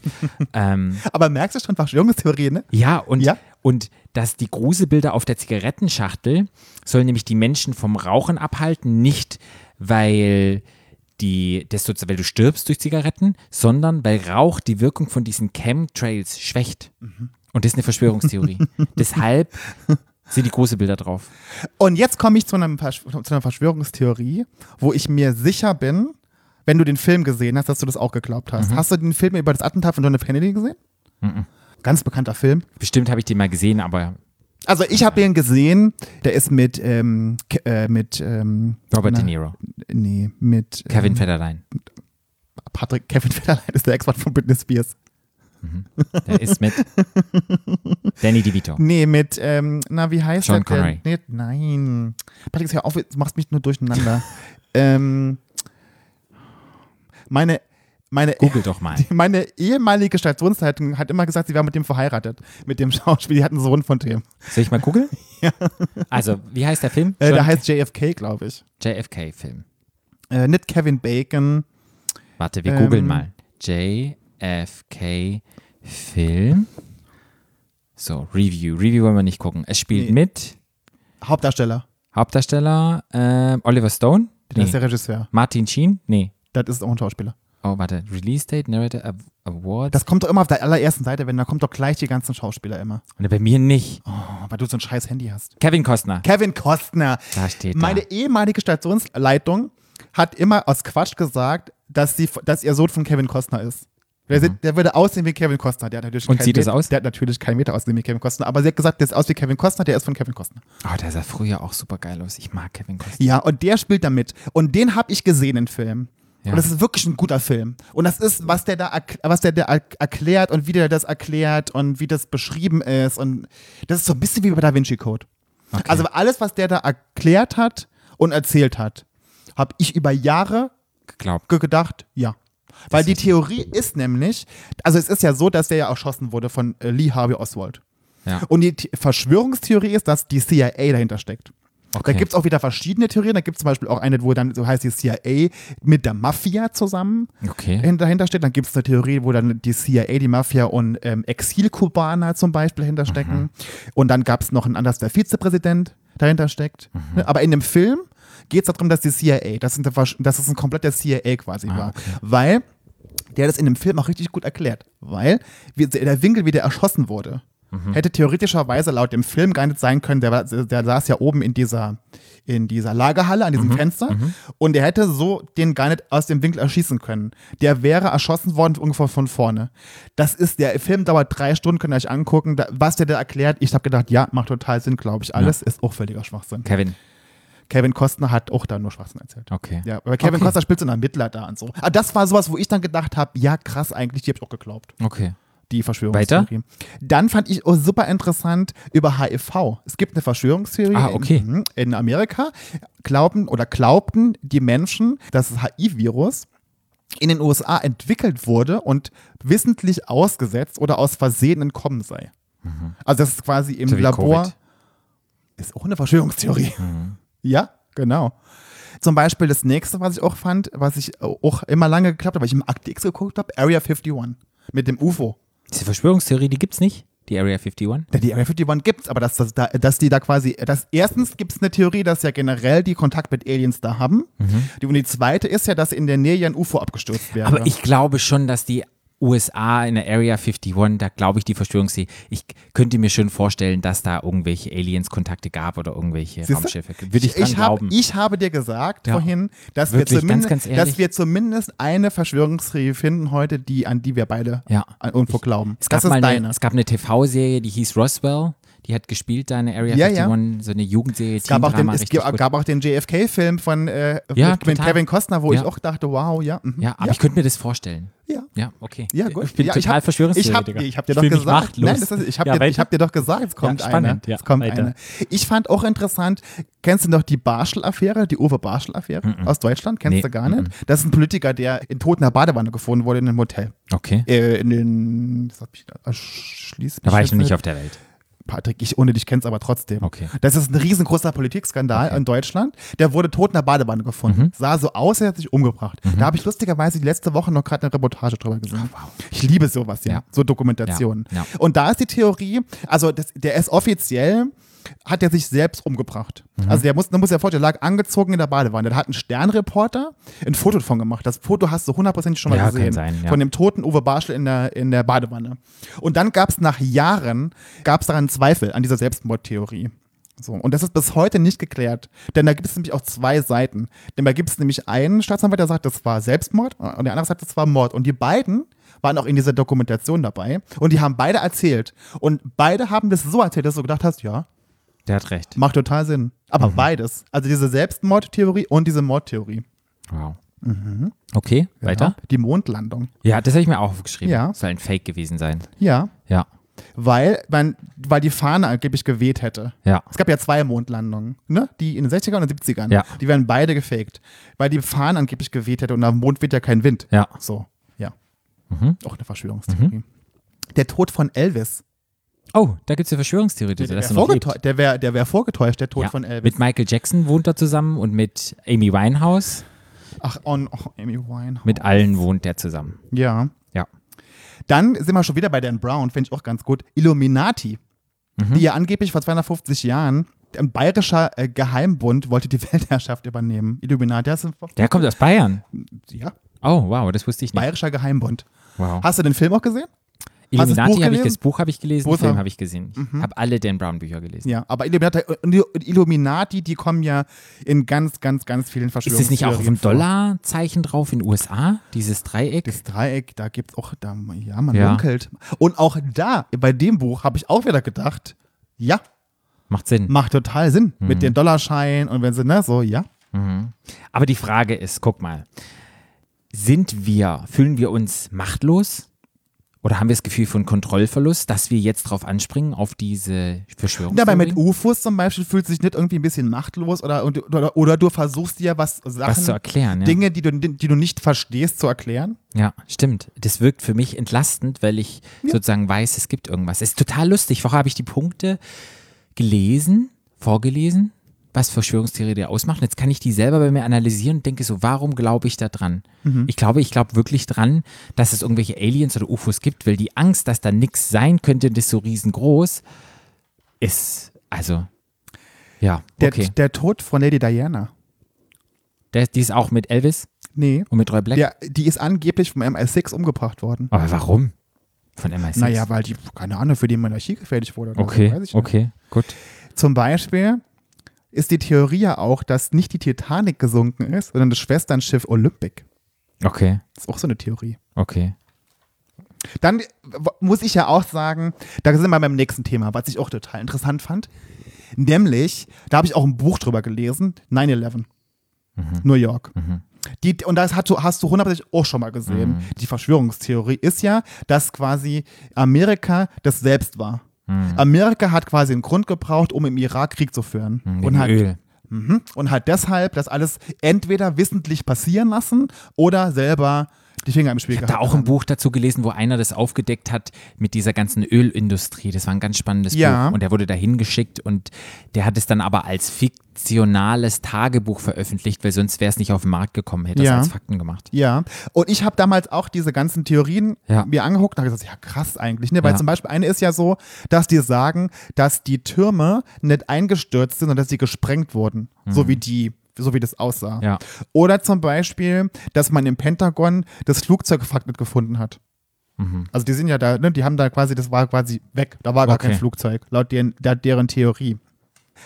A: ähm,
B: Aber merkst du schon Verschwörungstheorie, ne?
A: ja, und,
B: Ja.
A: und dass die Gruselbilder auf der Zigarettenschachtel sollen nämlich die Menschen vom Rauchen abhalten, nicht weil die, das sozusagen, weil du stirbst durch Zigaretten, sondern weil Rauch die Wirkung von diesen Chemtrails schwächt. Und das ist eine Verschwörungstheorie. Deshalb sind die Gruselbilder drauf.
B: Und jetzt komme ich zu, einem Versch zu einer Verschwörungstheorie, wo ich mir sicher bin, wenn du den Film gesehen hast, dass du das auch geglaubt
A: Mhm.
B: hast. Hast du den Film über das Attentat von John F. Kennedy gesehen? Ganz bekannter Film.
A: Bestimmt habe ich den mal gesehen, aber
B: Also ich habe ihn gesehen, der ist mit, ähm, K- äh, mit, ähm,
A: Robert
B: na,
A: De Niro.
B: Nee, mit äh,
A: Kevin Federline.
B: Patrick, Kevin Federline ist der Ex-Mann von Britney Spears.
A: Der ist
B: (laughs)
A: mit Danny DeVito.
B: Nee, mit, ähm, na, wie heißt
A: Sean
B: der denn?
A: Connery.
B: Nee, nein. Patrick, hör auf, du machst mich
A: (laughs)
B: nur durcheinander. ähm, meine, meine,
A: Google doch mal.
B: (laughs) meine ehemalige Stationsleitung hat immer gesagt, sie war mit dem verheiratet, mit dem (laughs) Schauspiel, die hat einen Sohn von dem.
A: Soll ich mal
B: (laughs)
A: googeln? Also, wie heißt der Film?
B: Äh,
A: John-
B: der heißt JFK, glaube ich.
A: JFK-Film.
B: Äh, nicht Kevin Bacon.
A: Warte, wir
B: Ähm.
A: googeln mal. JFK-Film. So, Review. Review wollen wir nicht gucken. Es spielt
B: Nee.
A: mit
B: Hauptdarsteller.
A: Hauptdarsteller ähm, Oliver Stone.
B: Das ist
A: Nee.
B: der Regisseur.
A: Martin Sheen? Nee.
B: Das ist auch ein Schauspieler.
A: Oh, warte. Release Date, Narrator, Ab- Award.
B: Das kommt doch immer auf der allerersten Seite, wenn da kommt doch gleich die ganzen Schauspieler immer.
A: Und bei mir nicht.
B: Oh, weil du so ein scheiß Handy hast.
A: Kevin Costner.
B: Kevin Costner.
A: Da steht da.
B: Meine ehemalige Stationsleitung hat immer aus Quatsch gesagt, dass, sie, dass ihr Sohn von Kevin Costner ist. Der, sieht- der würde aussehen wie Kevin Costner. Der hat natürlich
A: Mhm. Und
B: keinen
A: sieht es
B: Meter,
A: aus?
B: Der hat natürlich keinen Meter aussehen wie Kevin Costner. Aber sie hat gesagt, der sieht aus wie Kevin Costner, der ist von Kevin Costner.
A: Oh, der sah früher auch super geil aus. Ich mag Kevin Costner.
B: Ja, und der spielt da mit. Und den habe ich gesehen, den Film.
A: Ja.
B: Und das ist wirklich ein guter Film. Und das ist, was der da, erk- was der da erk- erklärt und wie der das erklärt und wie das beschrieben ist. Und das ist so ein bisschen wie bei Da Vinci Code. Also alles, was der da erklärt hat und erzählt hat, habe ich über Jahre
A: Geglaubt.
B: ge- gedacht, ja. Weil die Theorie ist nämlich, also es ist ja so, dass der ja erschossen wurde von äh, Lee Harvey Oswald.
A: Ja.
B: Und die The- Verschwörungstheorie ist, dass die CIA dahinter steckt.
A: Okay.
B: Da gibt es auch wieder verschiedene Theorien. Da gibt es zum Beispiel auch eine, wo dann so heißt die CIA mit der Mafia zusammen
A: Okay.
B: hin- dahinter steht. Dann gibt es eine Theorie, wo dann die CIA, die Mafia und ähm, Exil-Kubaner zum Beispiel
A: Mhm.
B: hinterstecken. Und dann gab es noch einen anders, der Vizepräsident dahinter steckt.
A: Mhm.
B: Ne? Aber in dem Film geht es darum, dass die CIA, dass es ein, Versch- dass es ein kompletter CIA quasi
A: Ah,
B: war. Weil der das in dem Film auch richtig gut erklärt. Weil wie, der Winkel, wie der erschossen wurde, hätte theoretischerweise laut dem Film gar nicht sein können. Der, war- der saß ja oben in dieser, in dieser Lagerhalle, an diesem Fenster. Und er hätte so den gar nicht aus dem Winkel erschießen können. Der wäre erschossen worden ungefähr von vorne. Das ist, der Film dauert drei Stunden, könnt ihr euch angucken, da, was der da erklärt. Ich habe gedacht, ja, macht total Sinn, glaube ich. Alles ist auch völliger Schwachsinn.
A: Kevin.
B: Kevin Costner hat auch da nur Schwachsinn erzählt.
A: Okay.
B: Ja, aber Kevin
A: Okay.
B: Costner spielt so einen Ermittler da und so. Ah, das war sowas, wo ich dann gedacht habe, ja krass, eigentlich, die hab ich auch geglaubt,
A: Okay.
B: die Verschwörungstheorie. Dann fand ich oh, super interessant über HIV. Es gibt eine Verschwörungstheorie
A: Ah, okay.
B: in, mhm, in Amerika. Glauben oder glaubten die Menschen, dass das HIV-Virus in den USA entwickelt wurde und wissentlich ausgesetzt oder aus Versehen entkommen sei. Also das ist quasi im
A: Mhm. So wie
B: Labor.
A: Covid. Mhm.
B: Ist auch eine Verschwörungstheorie. Ja, genau. Zum Beispiel das nächste, was ich auch fand, was ich äh, auch immer lange geklappt habe, weil ich im Akte X geguckt habe, Area 51 mit dem UFO.
A: Diese Verschwörungstheorie, die gibt's nicht. die Area 51?
B: Denn die Area 51 gibt's, aber dass, dass, da- dass die da quasi, dass erstens gibt's eine Theorie, dass ja generell die Kontakt mit Aliens da haben. Die, und die zweite ist ja, dass in der Nähe ja ein UFO abgestürzt wäre.
A: Mhm. Aber ich glaube schon, dass die USA in der Area 51, da glaube ich die Verschwörungstheorie, ich könnte mir schon vorstellen, dass da irgendwelche Aliens-Kontakte gab oder irgendwelche
B: Siehste?
A: Raumschiffe. Würde ich dran
B: ich, hab,
A: glauben.
B: ich habe dir gesagt
A: Ja.
B: vorhin, dass wir,
A: Wirklich, ganz,
B: zumindest,
A: ganz ehrlich.
B: dass wir zumindest eine Verschwörungstheorie finden heute, die, an die wir beide
A: Ja.
B: an- irgendwo glauben.
A: es, gab
B: das ist
A: mal eine,
B: deine.
A: es gab eine TV-Serie, die hieß Roswell. Die hat gespielt da in der Area
B: Ja,
A: 51,
B: ja.
A: so eine Jugendserie.
B: Es gab, auch den,
A: Teen-Drama,
B: es
A: richtig
B: gab,
A: gut.
B: gab auch den JFK-Film von äh,
A: Ja,
B: mit, mit
A: total.
B: Kevin Costner, wo
A: Ja.
B: ich auch dachte, wow, ja. mhm,
A: ja, aber ich könnte mir das vorstellen.
B: ja.
A: Ja, okay.
B: Ja, gut.
A: Ich bin
B: ja,
A: total
B: Ich habe
A: Verschwörungstheoretiker.
B: ich hab dir
A: Ich
B: doch
A: fühl mich
B: gesagt,
A: machtlos.
B: Nein, das ist, ich habe
A: Ja,
B: dir,
A: welche?
B: ich hab dir doch gesagt, es kommt
A: spannend,
B: eine.
A: ja,
B: es kommt
A: weiter.
B: eine. Ich fand auch interessant, kennst du noch die Barschel-Affäre, die Uwe Barschel-Affäre aus Deutschland? Kennst
A: Nee,
B: du gar nicht? Das ist ein Politiker, der in totener Badewanne gefunden wurde in einem Hotel.
A: Okay.
B: Äh, in den, das hab ich, da, Äh, schließ mich
A: Da war ich
B: jetzt
A: noch nicht auf der Welt.
B: Patrick, ich ohne dich kenn's aber trotzdem.
A: Okay.
B: Das ist ein riesengroßer Politikskandal in Deutschland. Der wurde tot in der Badewanne gefunden.
A: Mhm.
B: Sah so aus, als hätte er sich umgebracht. Da habe ich lustigerweise die letzte Woche noch gerade eine Reportage drüber gesehen. Ich liebe sowas, ja.
A: Oh, Ja.
B: So Dokumentationen.
A: Ja, ja.
B: Und da ist die Theorie, also das, der ist offiziell, hat er sich selbst umgebracht.
A: Mhm.
B: Also der muss, man muss ja vorstellen, der lag angezogen in der Badewanne. Da hat ein Sternreporter ein Foto davon gemacht. Das Foto hast du hundertprozentig schon mal
A: Ja, kann
B: gesehen.
A: sein, ja.
B: Von dem toten Uwe Barschel in der, in der Badewanne. Und dann gab es nach Jahren, gab es daran Zweifel an dieser Selbstmordtheorie. So, und das ist bis heute nicht geklärt, denn da gibt es nämlich auch zwei Seiten. Denn da gibt es nämlich einen Staatsanwalt, der sagt, das war Selbstmord und der andere sagt, das war Mord. Und die beiden waren auch in dieser Dokumentation dabei und die haben beide erzählt. Und beide haben das so erzählt, dass du gedacht hast, ja,
A: Der hat recht.
B: macht total Sinn. Aber
A: Mhm.
B: beides. Also diese Selbstmordtheorie und diese Mordtheorie.
A: Wow. Okay, weiter.
B: Ja, die Mondlandung.
A: Ja, das habe ich mir auch aufgeschrieben.
B: Genau. Ja.
A: Soll ein Fake gewesen sein.
B: Ja.
A: Ja.
B: weil, man, weil die Fahne angeblich geweht hätte.
A: Ja.
B: Es gab ja zwei Mondlandungen, ne? Die in den 60ern und 70ern.
A: Ja.
B: Die werden beide gefaked, weil die Fahne angeblich geweht hätte und am Mond weht ja kein Wind.
A: Ja.
B: So, ja.
A: Mhm.
B: Auch eine Verschwörungstheorie. Der Tod von Elvis.
A: Oh, da gibt es eine Verschwörungstheorie, dass er
B: der
A: noch lebt.
B: vorgeteu- der wäre der wär vorgetäuscht, der Tod
A: Ja.
B: von Elvis.
A: Mit Michael Jackson wohnt er zusammen und mit Amy Winehouse.
B: Ach, on, oh, Amy Winehouse.
A: Mit allen wohnt er zusammen.
B: ja.
A: Ja.
B: Dann sind wir schon wieder bei Dan Brown, finde ich auch ganz gut. Illuminati,
A: Mhm.
B: die ja angeblich vor 250 Jahren ein bayerischer äh, Geheimbund wollte die (laughs) Weltherrschaft übernehmen. Illuminati, hast du,
A: Der kommt aus Bayern.
B: ja,
A: Oh, wow, das wusste ich nicht.
B: bayerischer Geheimbund.
A: Wow.
B: Hast du den Film auch gesehen? hast du das
A: Illuminati
B: Buch
A: habe ich, das Buch habe ich gelesen,
B: gelesen? Buch Mhm.
A: den Film
B: hab-
A: habe ich gesehen. Ich habe alle Dan Brown Bücher gelesen.
B: Ja, aber Illuminati, und Illuminati, die kommen ja in ganz, ganz, ganz vielen
A: Ist das nicht
B: Verschwörungstheorien
A: auch auf dem
B: vor.
A: Dollarzeichen drauf in den USA? Dieses Dreieck?
B: Das Dreieck, da gibt's auch, da, ja, man
A: Ja.
B: munkelt. Und auch da, bei dem Buch, habe ich auch wieder gedacht, ja,
A: Macht Sinn.
B: macht total Sinn.
A: Mhm.
B: Mit den Dollarscheinen und wenn sie, ne, so, ja.
A: Aber die Frage ist, guck mal, sind wir, fühlen wir uns machtlos? Oder haben wir das Gefühl von Kontrollverlust, dass wir jetzt drauf anspringen, auf diese Verschwörung?
B: Dabei mit UFOs zum Beispiel fühlt sich nicht irgendwie ein bisschen machtlos oder, und- oder, oder du versuchst dir was Sachen,
A: was zu erklären. Ja.
B: Dinge, die du, die du nicht verstehst, zu erklären.
A: ja, stimmt. Das wirkt für mich entlastend, weil ich sozusagen weiß, es gibt irgendwas. Es ist total lustig. Vorher habe ich die Punkte gelesen, vorgelesen, was Verschwörungstheorie dir ausmacht. Jetzt kann ich die selber bei mir analysieren und denke so, warum glaube ich da dran?
B: Mhm.
A: Ich glaube, ich glaube wirklich dran, dass es irgendwelche Aliens oder UFOs gibt, weil die Angst, dass da nichts sein könnte, und das so riesengroß ist. Also, ja,
B: Der,
A: okay.
B: der Tod von Lady Diana.
A: Der, die ist auch mit Elvis
B: Nee.
A: und mit Roy Black.
B: Der, die ist angeblich vom MI6 umgebracht worden.
A: Aber warum? Von MI6?
B: Naja, weil die, keine Ahnung, für die Monarchie gefährlich wurde. Oder so,
A: Okay,
B: weiß ich nicht.
A: okay, gut.
B: Zum Beispiel ist die Theorie ja auch, dass nicht die Titanic gesunken ist, sondern das Schwesternschiff Olympic.
A: Okay,
B: Das ist auch so eine Theorie.
A: okay.
B: Dann äh, w- muss ich ja auch sagen, da sind wir beim nächsten Thema, was ich auch total interessant fand. Nämlich, da habe ich auch ein Buch drüber gelesen,
A: Mhm.
B: 9-11, New York. Die, und das hast du, hast du hundertprozentig auch schon mal gesehen.
A: Mhm.
B: Die Verschwörungstheorie ist ja, dass quasi Amerika das selbst war.
A: Mhm.
B: Amerika hat quasi einen Grund gebraucht, um im Irak Krieg zu führen.
A: Wegen
B: und hat
A: Öl.
B: Mhm. Und hat deshalb das alles entweder wissentlich passieren lassen oder selber die Finger im Spiel
A: Ich habe da
B: gehabt
A: auch ein Buch dazu gelesen, wo einer das aufgedeckt hat mit dieser ganzen Ölindustrie. Das war ein ganz spannendes
B: Ja.
A: Buch. Und der wurde dahin geschickt und der hat es dann aber als fiktionales Tagebuch veröffentlicht, weil sonst wäre es nicht auf den Markt gekommen, hätte
B: Ja.
A: es als Fakten gemacht.
B: Ja, und ich habe damals auch diese ganzen Theorien
A: Ja.
B: mir angeguckt und habe gesagt, ja krass eigentlich, ne? weil
A: Ja.
B: zum Beispiel eine ist ja so, dass die sagen, dass die Türme nicht eingestürzt sind, sondern dass sie gesprengt wurden, so wie die, so wie das aussah.
A: Mhm. Ja.
B: Oder zum Beispiel, dass man im Pentagon das Flugzeugfach nicht gefunden hat.
A: Mhm.
B: Also die sind ja da, ne? die haben da quasi, das war quasi weg, da war gar
A: Okay.
B: kein Flugzeug, laut deren, der, deren Theorie.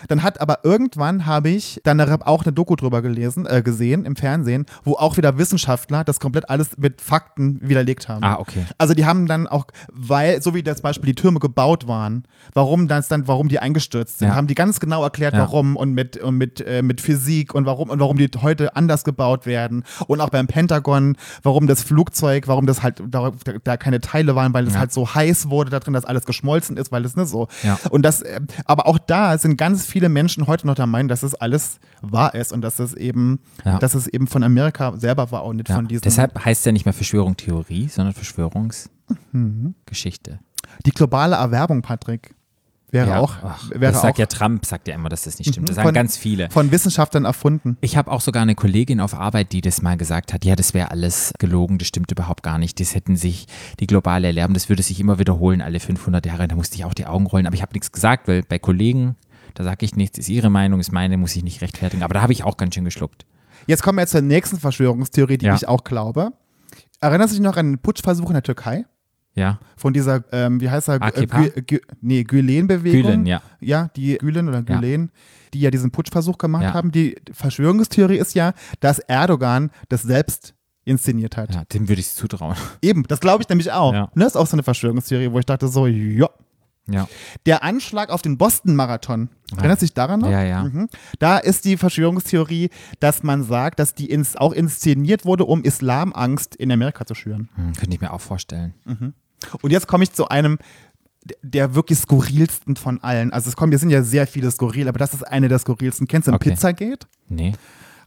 B: Dann hat aber irgendwann habe ich dann auch eine Doku drüber gelesen, äh, gesehen im Fernsehen, wo auch wieder Wissenschaftler das komplett alles mit Fakten widerlegt haben.
A: Ah, okay.
B: Also die haben dann auch, weil, so wie das Beispiel die Türme gebaut waren, warum das dann, warum die eingestürzt sind,
A: Ja.
B: haben die ganz genau erklärt,
A: Ja.
B: warum und mit, und mit, äh, mit Physik und warum und warum die heute anders gebaut werden. Und auch beim Pentagon, warum das Flugzeug, warum das halt da, da keine Teile waren, weil es
A: Ja.
B: halt so heiß wurde da drin, dass alles geschmolzen ist, weil es ne so.
A: Ja.
B: Und das, äh, aber auch da sind ganz viele Menschen heute noch der Meinung, dass es alles wahr ist und dass es eben,
A: Ja.
B: dass es eben von Amerika selber war und nicht
A: Ja.
B: von diesem.
A: Deshalb heißt es ja nicht mehr Verschwörungstheorie, sondern Verschwörungsgeschichte.
B: Die globale Erwerbung, Patrick, wäre
A: Ja,
B: auch,
A: ach,
B: wäre
A: das
B: auch Mhm.
A: sagt ja Trump, sagt ja immer, dass das nicht stimmt. Das sagen
B: von-
A: ganz viele.
B: von Wissenschaftlern erfunden.
A: Ich habe auch sogar eine Kollegin auf Arbeit, die das mal gesagt hat, ja, das wäre alles gelogen, das stimmt überhaupt gar nicht. Das hätten sich die globale Erlärmung, das würde sich immer wiederholen, alle 500 Jahre. Da musste ich auch die Augen rollen, aber ich habe nichts gesagt, weil bei Kollegen, da sage ich nichts, ist ihre Meinung, ist meine, muss ich nicht rechtfertigen. Aber da habe ich auch ganz schön geschluckt.
B: Jetzt kommen wir zur nächsten Verschwörungstheorie, die
A: Ja.
B: ich auch glaube. Erinnerst du dich noch an den Putschversuch in der Türkei?
A: Ja,
B: Von dieser, ähm, wie heißt er?
A: AKP?
B: Gü- Gü- nee, Gülen-Bewegung.
A: Gülen, ja.
B: Ja, die Gülen oder
A: Ja.
B: Gülen, die ja diesen Putschversuch gemacht
A: Ja.
B: haben. Die Verschwörungstheorie ist ja, dass Erdogan das selbst inszeniert hat.
A: ja dem würde ich es zutrauen.
B: Eben, das glaube ich nämlich auch.
A: Ja.
B: Ne, Das ist auch so eine Verschwörungstheorie, wo ich dachte so, ja.
A: Ja,
B: Der Anschlag auf den Boston-Marathon. Erinnerst du dich daran noch?
A: Ja, ja.
B: Mhm. Da ist die Verschwörungstheorie, dass man sagt, dass die ins, auch inszeniert wurde, um Islamangst in Amerika zu schüren.
A: hm, könnte ich mir auch vorstellen.
B: Und jetzt komme ich zu einem d- der wirklich skurrilsten von allen. Also es kommen, hier sind ja sehr viele skurril, aber das ist eine der skurrilsten. Kennst du ein
A: Okay.
B: Pizzagate?
A: Nee.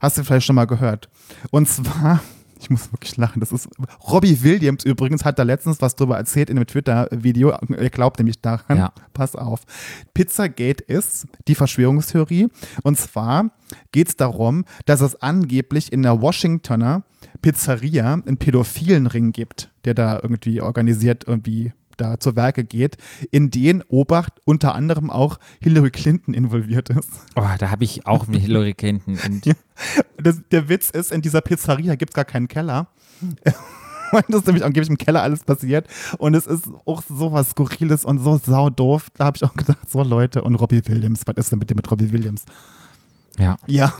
B: Hast du vielleicht schon mal gehört. Und zwar, (laughs) ich muss wirklich lachen, das ist, Robbie Williams übrigens hat da letztens was drüber erzählt in einem Twitter-Video. Er glaubt nämlich daran.
A: Ja.
B: Pass auf. Pizzagate ist die Verschwörungstheorie. Und zwar geht es darum, dass es angeblich in der Washingtoner Pizzeria einen pädophilen Ring gibt, der da irgendwie organisiert irgendwie da zu Werke geht, in den Obacht unter anderem auch Hillary Clinton involviert ist.
A: Oh, da habe ich auch mit Hillary Clinton und
B: Das, der Witz ist, in dieser Pizzeria gibt es gar keinen Keller. (laughs) Und das ist nämlich angeblich im Keller alles passiert. Und es ist auch so was Skurriles und so saudoof. Da habe ich auch gedacht, so Leute, und Robbie Williams, was ist denn mit dem mit Robbie Williams?
A: ja.
B: Ja,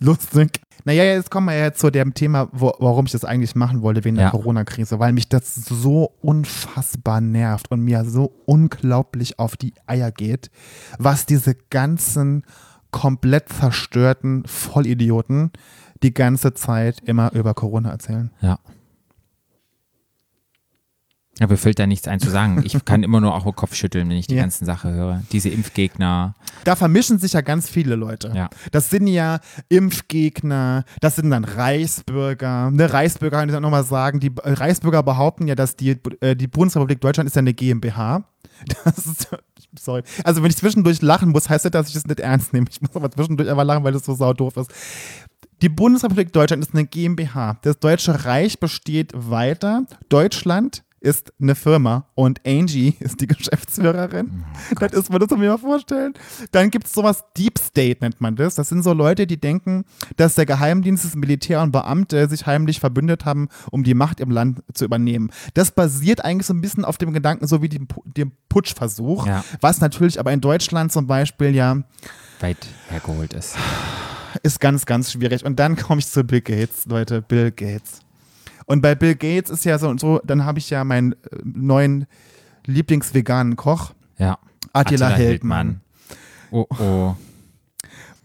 B: lustig. Naja, jetzt kommen wir ja zu dem Thema, wo, warum ich das eigentlich machen wollte wegen der
A: Ja.
B: Corona-Krise, weil mich das so unfassbar nervt und mir so unglaublich auf die Eier geht, was diese ganzen komplett zerstörten Vollidioten die ganze Zeit immer über Corona erzählen.
A: Ja. Aber mir fällt da nichts ein zu sagen.
B: (laughs)
A: Ich kann immer nur auch den Kopf schütteln, wenn ich die
B: Ja.
A: ganzen Sache höre. Diese Impfgegner.
B: Da vermischen sich ja ganz viele Leute.
A: Ja.
B: Das sind ja Impfgegner, das sind dann Reichsbürger. Ne, Reichsbürger kann ich dann nochmal sagen, die äh, Reichsbürger behaupten ja, dass die, äh, die Bundesrepublik Deutschland ist ja eine GmbH. (laughs) Das ist, sorry. Also wenn ich zwischendurch lachen muss, heißt das, dass ich es nicht ernst nehme. Ich muss aber zwischendurch einfach lachen, weil das so saudoof ist. Die Bundesrepublik Deutschland ist eine GmbH. Das Deutsche Reich besteht weiter. Deutschland ist eine Firma und Angie ist die Geschäftsführerin. das ist, man das mir mal vorstellen. Dann gibt es sowas Deep State, nennt man das. Das sind so Leute, die denken, dass der Geheimdienst, das Militär und Beamte sich heimlich verbündet haben, um die Macht im Land zu übernehmen. Das basiert eigentlich so ein bisschen auf dem Gedanken, so wie dem, Pu- dem Putschversuch,
A: Ja.
B: was natürlich aber in Deutschland zum Beispiel ja
A: Weit hergeholt ist.
B: ist ganz, ganz schwierig. Und dann (laughs) komme ich zu Bill Gates, Leute, Bill Gates. Und bei Bill Gates ist ja so und so, dann habe ich ja meinen äh, neuen Lieblingsveganen Koch,
A: Ja.
B: Attila, Hildmann.
A: Oh, oh.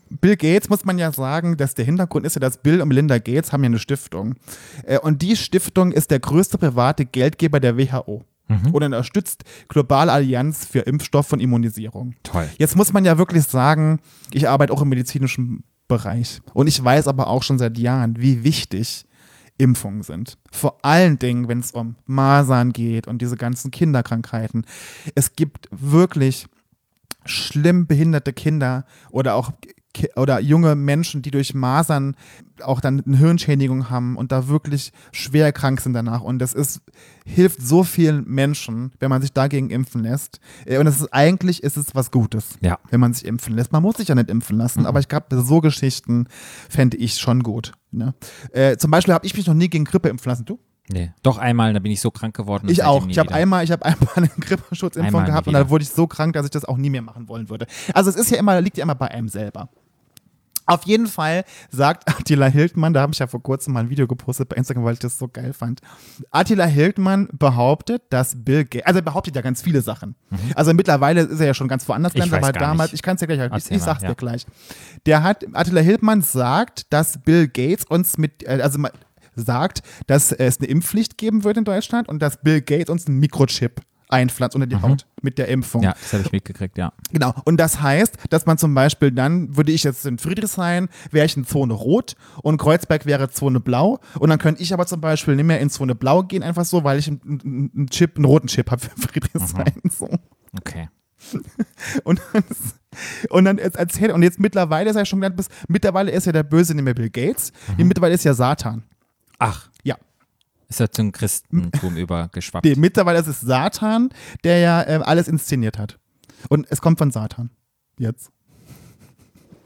B: Bill Gates muss man ja sagen, dass der Hintergrund ist ja, dass Bill und Melinda Gates haben ja eine Stiftung. Äh, Und die Stiftung ist der größte private Geldgeber der WHO. Und unterstützt Globale Allianz für Impfstoff und Immunisierung.
A: Toll.
B: Jetzt muss man ja wirklich sagen, ich arbeite auch im medizinischen Bereich. Und ich weiß aber auch schon seit Jahren, wie wichtig Impfungen sind. Vor allen Dingen, wenn es um Masern geht und diese ganzen Kinderkrankheiten. Es gibt wirklich schlimm behinderte Kinder oder auch Ki- oder junge Menschen, die durch Masern auch dann eine Hirnschädigung haben und da wirklich schwer krank sind danach. Und das ist, hilft so vielen Menschen, wenn man sich dagegen impfen lässt. Äh, Und es ist eigentlich ist es was Gutes,
A: Ja.
B: wenn man sich impfen lässt. Man muss sich ja nicht impfen lassen, aber ich glaube, so Geschichten fände ich schon gut. Ne? Äh, zum Beispiel habe ich mich noch nie gegen Grippe impfen lassen. Du?
A: Nee. Doch einmal, da bin ich so krank geworden. und
B: Ich
A: seitdem
B: auch.
A: nie
B: Ich habe
A: wieder.
B: einmal, ich habe (laughs) einmal eine Grippeschutzimpfung
A: Einmal nie
B: gehabt und dann
A: wieder.
B: wurde ich so krank, dass ich das auch nie mehr machen wollen würde. Also es ist ja immer, liegt ja immer bei einem selber. Auf jeden Fall sagt (laughs) Attila Hildmann, da habe ich ja vor kurzem mal ein Video gepostet bei Instagram, weil ich das so geil fand. Attila Hildmann behauptet, dass Bill Gates, also er behauptet ja ganz viele Sachen. Also mittlerweile ist er ja schon ganz woanders
A: Mhm. Ich
B: gelandet,
A: weiß
B: aber
A: gar
B: damals,
A: nicht.
B: ich kann es ja gleich, ich,
A: Erzähl
B: ich
A: mal,
B: sag's
A: ja.
B: dir gleich. Der hat, Attila Hildmann sagt, dass Bill Gates uns mit, äh, also ma- sagt, dass es eine Impfpflicht geben wird in Deutschland und dass Bill Gates uns einen Mikrochip einpflanzt unter die Haut mit der Impfung.
A: Ja, das habe ich mitgekriegt, ja.
B: Genau. Und das heißt, dass man zum Beispiel dann, würde ich jetzt in Friedrichshain, wäre ich in Zone Rot und Kreuzberg wäre Zone Blau. Und dann könnte ich aber zum Beispiel nicht mehr in Zone Blau gehen, einfach so, weil ich einen, einen einen Chip, einen roten Chip habe für Friedrichshain. So.
A: Okay.
B: Und dann, und dann jetzt erzählt, und jetzt mittlerweile ist er schon genannt, bis, mittlerweile ist ja der Böse nicht mehr Bill Gates,
A: Mhm.
B: mittlerweile ist ja Satan.
A: Ach,
B: Ja.
A: ist er zum
B: (laughs)
A: Christentum übergeschwappt.
B: Nee, mittlerweile ist es Satan, der ja ähm, alles inszeniert hat. Und es kommt von Satan. Jetzt.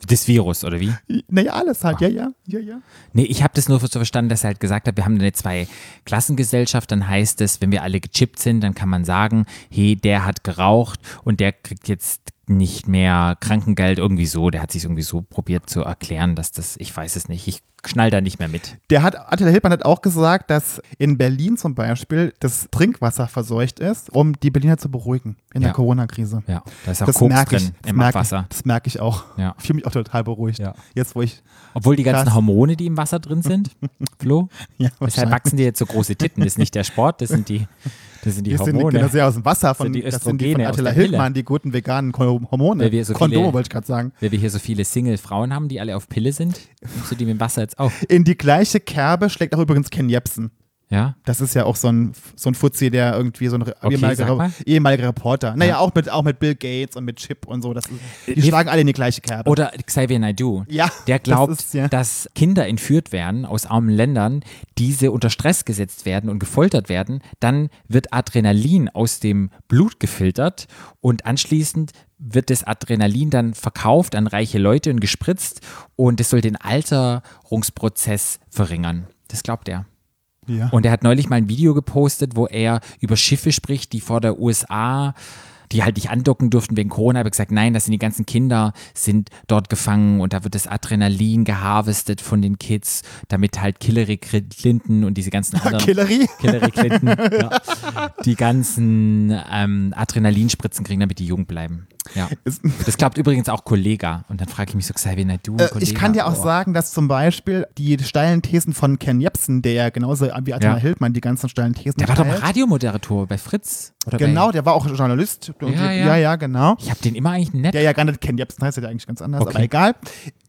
A: Das Virus, oder wie?
B: Naja, alles
A: Ah.
B: halt. Ja, ja, ja, ja.
A: Nee, ich habe das nur so verstanden, dass er halt gesagt hat, wir haben eine Zwei-Klassengesellschaft, dann heißt es, wenn wir alle gechippt sind, dann kann man sagen, hey, der hat geraucht und der kriegt jetzt nicht mehr Krankengeld irgendwie so. Der hat sich irgendwie so probiert zu erklären, dass das, ich weiß es nicht, ich knall da nicht mehr mit.
B: Der hat, Attila Hildmann hat auch gesagt, dass in Berlin zum Beispiel das Trinkwasser verseucht ist, um die Berliner zu beruhigen in
A: Ja.
B: der Corona-Krise.
A: Ja, da ist auch
B: Das
A: Koks
B: merke
A: drin
B: ich, das
A: im
B: merke ich,
A: Abwasser.
B: das merke ich auch.
A: Ja.
B: Ich fühle mich auch total beruhigt.
A: Ja.
B: Jetzt, wo ich.
A: Obwohl die ganzen
B: Krass.
A: Hormone, die im Wasser drin
B: (laughs)
A: sind, Flo,
B: Ja,
A: weshalb
B: wahrscheinlich.
A: wachsen dir jetzt so große Titten? Das ist nicht der Sport, das sind die, das sind die
B: Das sind, genau die,
A: Hormone.
B: das sind ja aus dem Wasser von,
A: sind die
B: das sind die von
A: Östrogene aus
B: Attila
A: der Pille.
B: Hildmann, die guten veganen Ko- Hormone.
A: Weil wir so viele-
B: Kondome wollte ich gerade sagen.
A: Weil wir hier so viele Single-Frauen haben, die alle auf Pille sind, nimmst du die mit dem Wasser jetzt auch,
B: In die gleiche Kerbe schlägt auch übrigens Ken Jebsen.
A: ja?
B: Das ist ja auch so ein, so ein Fuzzi, der irgendwie so ein Re-
A: Okay, sag
B: ehemaliger,
A: mal.
B: ehemaliger Reporter. Naja, auch, mit, auch mit Bill Gates und mit Chip und so. Das ist, die
A: wir-
B: schlagen alle in die gleiche Kerbe.
A: Oder Xavier Naidoo,
B: Ja,
A: der
B: das
A: glaubt,
B: ist, ja.
A: dass Kinder entführt werden aus armen Ländern, diese unter Stress gesetzt werden und gefoltert werden. Dann wird Adrenalin aus dem Blut gefiltert und anschließend wird das Adrenalin dann verkauft an reiche Leute und gespritzt und das soll den Alterungsprozess verringern. Das glaubt er.
B: ja.
A: Und er hat neulich mal ein Video gepostet, wo er über Schiffe spricht, die vor der USA, die halt nicht andocken durften wegen Corona, aber gesagt, nein, das sind die ganzen Kinder, sind dort gefangen und da wird das Adrenalin geharvestet von den Kids, damit halt Hillary Clinton und diese ganzen anderen.
B: Hillary?
A: Hillary
B: (laughs)
A: Clinton, ja, die ganzen ähm, Adrenalinspritzen kriegen, damit die jung bleiben. Ja.
B: Ist-
A: Das glaubt übrigens auch Kollega. Und dann frage ich mich so, Xavier, na du, oh.
B: Äh, ich kann dir auch
A: sagen.
B: sagen, dass zum Beispiel die steilen Thesen von Ken Jebsen, der ja genauso wie Attila
A: Ja.
B: Hildmann die ganzen steilen Thesen
A: Der war doch mal
B: teilt.
A: Radiomoderator bei Fritz. Oder
B: Genau,
A: Bei,
B: der war auch Journalist. Und
A: Ja,
B: die-
A: ja.
B: ja, genau.
A: ich habe den immer eigentlich nett
B: Der ja gar nicht Ken Jebsen heißt, der eigentlich ganz anders,
A: Okay.
B: aber egal.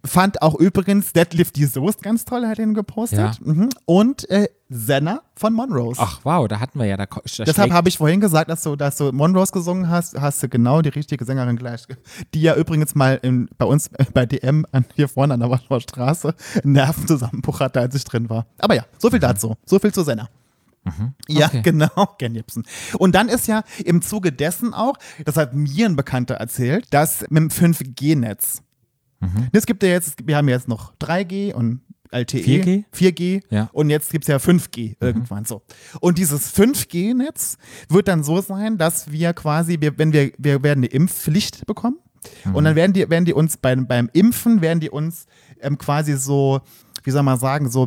B: Fand auch übrigens Deadlift die Soest ganz toll, hat ihn gepostet.
A: Ja.
B: Mhm. Und äh, Senna von Monrose.
A: Ach wow, da hatten wir ja da, ko- da
B: Deshalb
A: schlägt-
B: habe ich vorhin gesagt, dass du, dass du Monrose gesungen hast, hast du genau die richtige Sängerin gleich. ge- Die ja übrigens mal in, bei uns äh, bei DM an, hier vorne an der Warschauer Straße einen Nervenzusammenbruch hatte, als ich drin war. Aber ja, so viel dazu. So viel zu Senna. Ja,
A: Mhm. Okay.
B: genau, (laughs) Ken Jebsen. Und dann ist ja im Zuge dessen auch, das hat mir ein Bekannter erzählt, dass mit dem 5G-Netz.
A: Mhm.
B: Es gibt ja jetzt, wir haben ja jetzt noch 3G und E, LTE.
A: 4G?
B: 4G
A: Ja.
B: und jetzt gibt es ja 5G
A: Mhm.
B: irgendwann so. Und dieses 5G-Netz wird dann so sein, dass wir quasi, wir, wenn wir, wir werden eine Impfpflicht bekommen und
A: Mhm.
B: dann werden die, werden die uns beim, beim Impfen, werden die uns ähm, quasi so, wie soll man sagen, so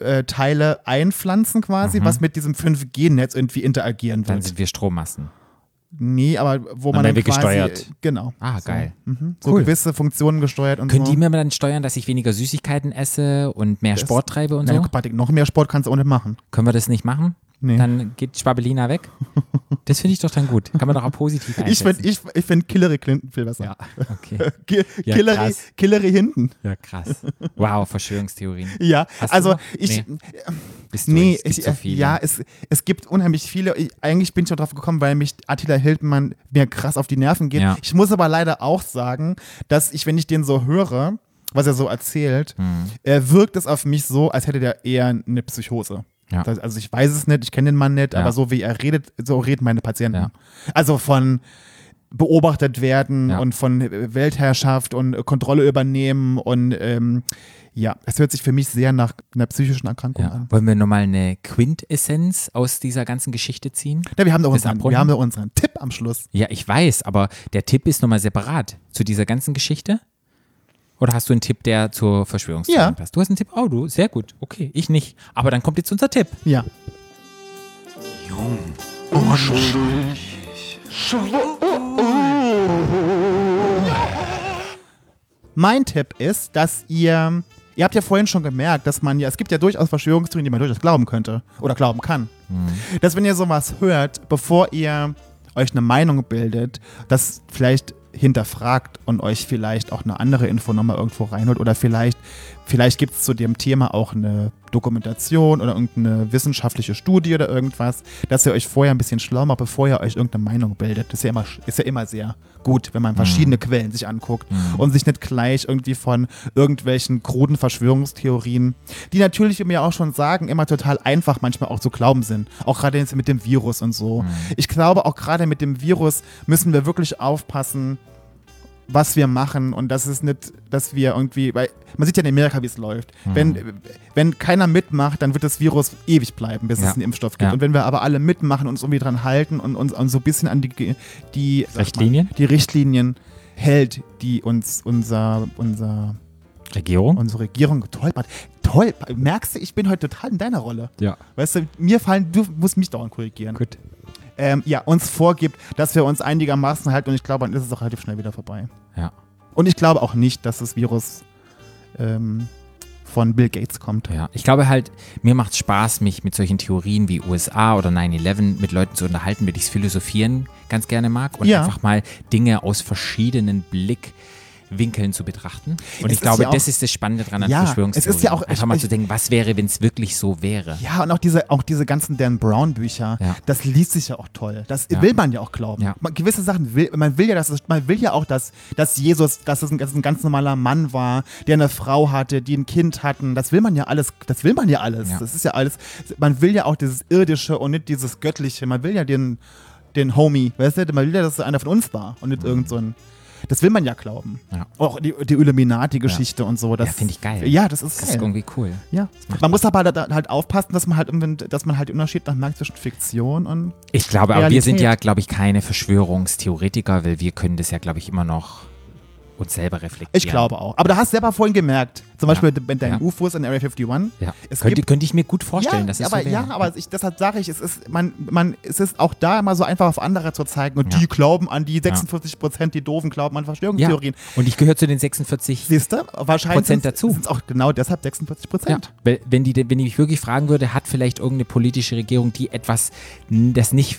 B: Mikroteile einpflanzen quasi, was mit diesem 5G-Netz irgendwie interagieren
A: Mhm. dann
B: wird.
A: sind wir Strommassen.
B: Nee, aber wo
A: Dann werden
B: man dann
A: wir
B: quasi,
A: gesteuert.
B: Genau.
A: Ah, geil.
B: So Mhm.
A: Cool.
B: gewisse Funktionen gesteuert und
A: Können
B: so.
A: die mir dann steuern, dass ich weniger Süßigkeiten esse und mehr Sport treibe und
B: Nein,
A: so?
B: Patrick, noch mehr Sport kannst du auch nicht machen.
A: Können wir das nicht machen?
B: Nee.
A: Dann geht Schwabelina
B: (laughs)
A: weg. Das finde ich doch dann gut. Kann man doch auch positiv
B: ich
A: einschätzen.
B: finde ich, ich find Hillary Clinton viel besser.
A: ja, okay.
B: Ki-
A: Ja,
B: Hillary,
A: krass.
B: Hillary hinten.
A: Ja, krass. Wow, Verschwörungstheorien.
B: Ja,
A: Hast du
B: also
A: noch?
B: ich,
A: Nee. Bist du
B: Nee,
A: es gibt
B: ich, äh,
A: so viele.
B: ja, es, es gibt unheimlich viele. Ich, eigentlich bin ich auch drauf gekommen, weil mich Attila Hildmann mir krass auf die Nerven geht.
A: Ja.
B: Ich muss aber leider auch sagen, dass ich, wenn ich den so höre, was er so erzählt,
A: Hm.
B: äh, wirkt es auf mich so, als hätte der eher eine Psychose.
A: Ja.
B: Das- Also ich weiß es nicht, ich kenne den Mann nicht,
A: Ja.
B: aber so wie er redet, so reden meine Patienten.
A: Ja.
B: Also von beobachtet werden
A: Ja.
B: und von äh, Weltherrschaft und äh, Kontrolle übernehmen und ähm, ja, es hört sich für mich sehr nach einer psychischen Erkrankung an.
A: ja. Wollen wir nochmal eine Quintessenz aus dieser ganzen Geschichte ziehen?
B: Ja, wir haben doch
A: Bis
B: unseren,
A: abrunden.
B: wir haben doch unseren Tipp am Schluss.
A: Ja, ich weiß, aber der Tipp ist nochmal separat zu dieser ganzen Geschichte. Oder hast du einen Tipp, der zur Verschwörungstheorie
B: Ja.
A: passt? Du hast einen Tipp? Oh, du, sehr gut. Okay, ich nicht. Aber dann kommt jetzt unser Tipp.
B: Ja. Mein Tipp ist, dass ihr, ihr habt ja vorhin schon gemerkt, dass man ja, es gibt ja durchaus Verschwörungstheorien, die man durchaus glauben könnte oder glauben kann. Dass wenn ihr sowas hört, bevor ihr euch eine Meinung bildet, das vielleicht hinterfragt und euch vielleicht auch eine andere Info nochmal irgendwo reinholt oder vielleicht, vielleicht gibt es zu dem Thema auch eine Dokumentation oder irgendeine wissenschaftliche Studie oder irgendwas, dass ihr euch vorher ein bisschen schlau macht, bevor ihr euch irgendeine Meinung bildet. Das ist ja immer, ist ja immer sehr gut, wenn man verschiedene Quellen sich anguckt und sich nicht gleich irgendwie von irgendwelchen kruden Verschwörungstheorien, die natürlich, wie wir auch schon sagen, immer total einfach manchmal auch zu glauben sind. Auch gerade jetzt mit dem Virus und so. Ich glaube, auch gerade mit dem Virus müssen wir wirklich aufpassen, was wir machen und dass es nicht, dass wir irgendwie, weil man sieht ja in Amerika, wie es läuft. Wenn, wenn keiner mitmacht, dann wird das Virus ewig bleiben, bis
A: Ja.
B: es einen Impfstoff gibt.
A: Ja.
B: Und wenn wir aber alle mitmachen, uns irgendwie dran halten und uns und so ein bisschen an die, Ge- die sag mal,
A: Richtlinien?
B: die Richtlinien hält, die uns unser, unser,
A: Regierung?
B: unsere Regierung getolpert. Toll, merkst du, ich bin heute total in deiner Rolle.
A: ja.
B: Weißt du, mir fallen, du musst mich dauernd korrigieren.
A: Gut.
B: Ähm, ja, uns vorgibt, dass wir uns einigermaßen halten und ich glaube, dann ist es auch relativ schnell wieder vorbei.
A: Ja.
B: Und ich glaube auch nicht, dass das Virus ähm, von Bill Gates kommt.
A: Ja, ich glaube halt, mir macht Spaß, mich mit solchen Theorien wie USA oder 9-11 mit Leuten zu unterhalten, mit ich es philosophieren ganz gerne mag und
B: Ja.
A: einfach mal Dinge aus verschiedenen Blickwinkeln zu betrachten. Und
B: Es
A: ich
B: ist
A: glaube,
B: ja auch-
A: das ist das Spannende dran an
B: Ja,
A: Verschwörungstheorien.
B: es ist ja auch-
A: Einfach mal
B: ich-
A: zu denken, was wäre, wenn es wirklich so wäre.
B: Ja, und auch diese, auch diese ganzen Dan Brown Bücher,
A: Ja.
B: das liest sich ja auch toll. Das will man ja auch glauben.
A: Ja.
B: Man, gewisse Sachen will, man will ja, dass es, man will ja auch, dass, dass Jesus, dass es ein, dass es ein ganz normaler Mann war, der eine Frau hatte, die ein Kind hatten. Das will man ja alles, das will man ja alles.
A: Ja.
B: Das ist ja alles, man will ja auch dieses Irdische und nicht dieses Göttliche. Man will ja den, den Homie, weißt du, man will ja, dass es einer von uns war und nicht irgend so ein, das will man ja glauben.
A: Mhm. Ja.
B: Auch die, die Illuminati-Geschichte und so. Das
A: Ja, finde ich geil.
B: Ja, das ist
A: Das
B: geil.
A: ist irgendwie cool.
B: Ja, man muss aber da- halt aufpassen, dass man halt, irgendwie- dass man halt den Unterschied dann merkt zwischen Fiktion und.
A: Ich glaube, aber wir
B: Realität.
A: sind ja, glaube ich, keine Verschwörungstheoretiker, weil wir können das ja, glaube ich, immer noch uns selber reflektieren.
B: Ich glaube auch. Aber da hast du selber vorhin gemerkt, zum Beispiel mit deinen
A: Ja.
B: UFOs in Area 51.
A: Ja.
B: Es
A: Könnte,
B: gibt-
A: könnte ich mir gut vorstellen,
B: ja,
A: dass es
B: aber,
A: so wäre.
B: ja, aber ich, deshalb sage ich, es ist, man, man, es ist auch da immer so einfach auf andere zu zeigen. Und
A: Ja.
B: die glauben an die 46 Prozent, die doofen glauben an
A: Ja.
B: Verschwörungstheorien.
A: Und ich gehöre zu den 46
B: Siehst du, wahrscheinlich
A: Prozent dazu.
B: sind es auch genau deshalb 46
A: Ja,
B: Prozent.
A: weil wenn, die, wenn die mich wirklich fragen würde, hat vielleicht irgendeine politische Regierung, die etwas, n- das nicht,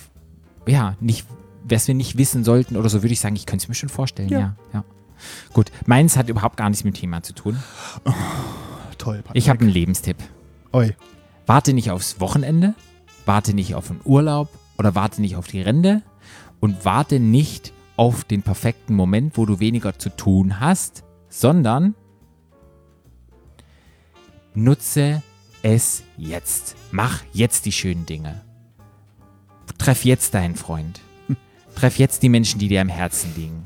A: ja, nicht, was wir nicht wissen sollten oder so, würde ich sagen, ich könnte es mir schon vorstellen, ja.
B: Ja.
A: ja. Gut, meins hat überhaupt gar nichts mit dem Thema zu tun.
B: Toll, Patrick.
A: Ich habe einen Lebenstipp.
B: Oi.
A: Warte nicht aufs Wochenende, warte nicht auf den Urlaub oder warte nicht auf die Rente und warte nicht auf den perfekten Moment, wo du weniger zu tun hast, sondern nutze es jetzt. Mach jetzt die schönen Dinge. Treff jetzt deinen Freund. Treff jetzt die Menschen, die dir am Herzen liegen.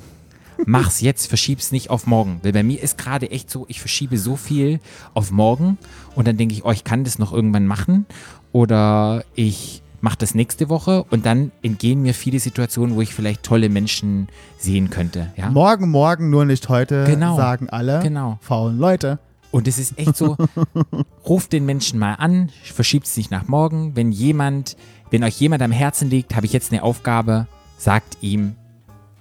A: Mach's jetzt, verschieb's nicht auf morgen. Weil bei mir ist gerade echt so, ich verschiebe so viel auf morgen und dann denke ich, oh, ich kann das noch irgendwann machen oder ich mache das nächste Woche und dann entgehen mir viele Situationen, wo ich vielleicht tolle Menschen sehen könnte. Ja?
B: Morgen, morgen, nur nicht heute,
A: Genau.
B: sagen alle
A: Genau.
B: faulen Leute.
A: Und es ist echt
B: (laughs)
A: so, ruft den Menschen mal an, verschiebt es nicht nach morgen. Wenn jemand, wenn euch jemand am Herzen liegt, habe ich jetzt eine Aufgabe, sagt ihm,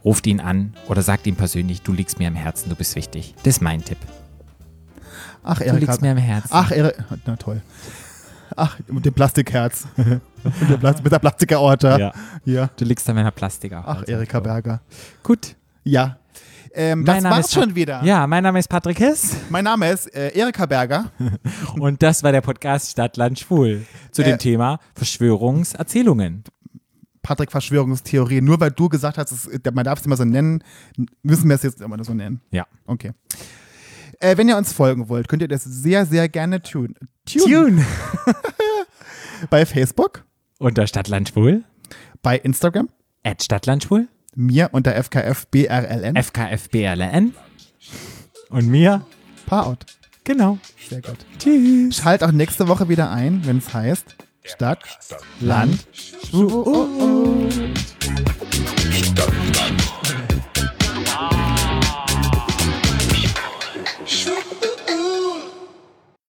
A: ruft ihn an oder sagt ihm persönlich, du liegst mir am Herzen, du bist wichtig. Das ist mein Tipp.
B: Ach,
A: Du
B: Erik,
A: liegst
B: hat-
A: mir am Herzen.
B: Ach, Erik. Na toll. Ach, mit dem Plastikherz. (laughs) mit, der Plas- mit der Plastikaorte.
A: Ja.
B: ja.
A: Du liegst an meiner Plastiker.
B: Ach, Erika Berger.
A: Gut.
B: Ja. Ähm,
A: Mein
B: das
A: Name
B: war's
A: ist Pat-
B: schon wieder.
A: Ja, mein Name ist Patrick
B: (laughs)
A: Hiss
B: Mein Name ist äh, Erika Berger.
A: und das war der Podcast Stadtland Schwul zu
B: Äh.
A: dem Thema Verschwörungserzählungen.
B: Patrick Verschwörungstheorie. Nur weil du gesagt hast, es, man darf es immer so nennen, müssen wir es jetzt immer so nennen.
A: Ja.
B: Okay. Äh, wenn ihr uns folgen wollt, könnt ihr das sehr, sehr gerne tun.
A: Tune.
B: Bei Facebook,
A: Unter Stadtland Schwul,
B: bei Instagram,
A: at Stadtland Schwul,
B: mir unter FKFBRLN.
A: FKFBLN und mir.
B: Paarort.
A: Genau.
B: Sehr gut.
A: Tschüss.
B: Schalt halt auch nächste Woche wieder ein, wenn es heißt Stadt, Land, Schwul.
C: Stadt, Land.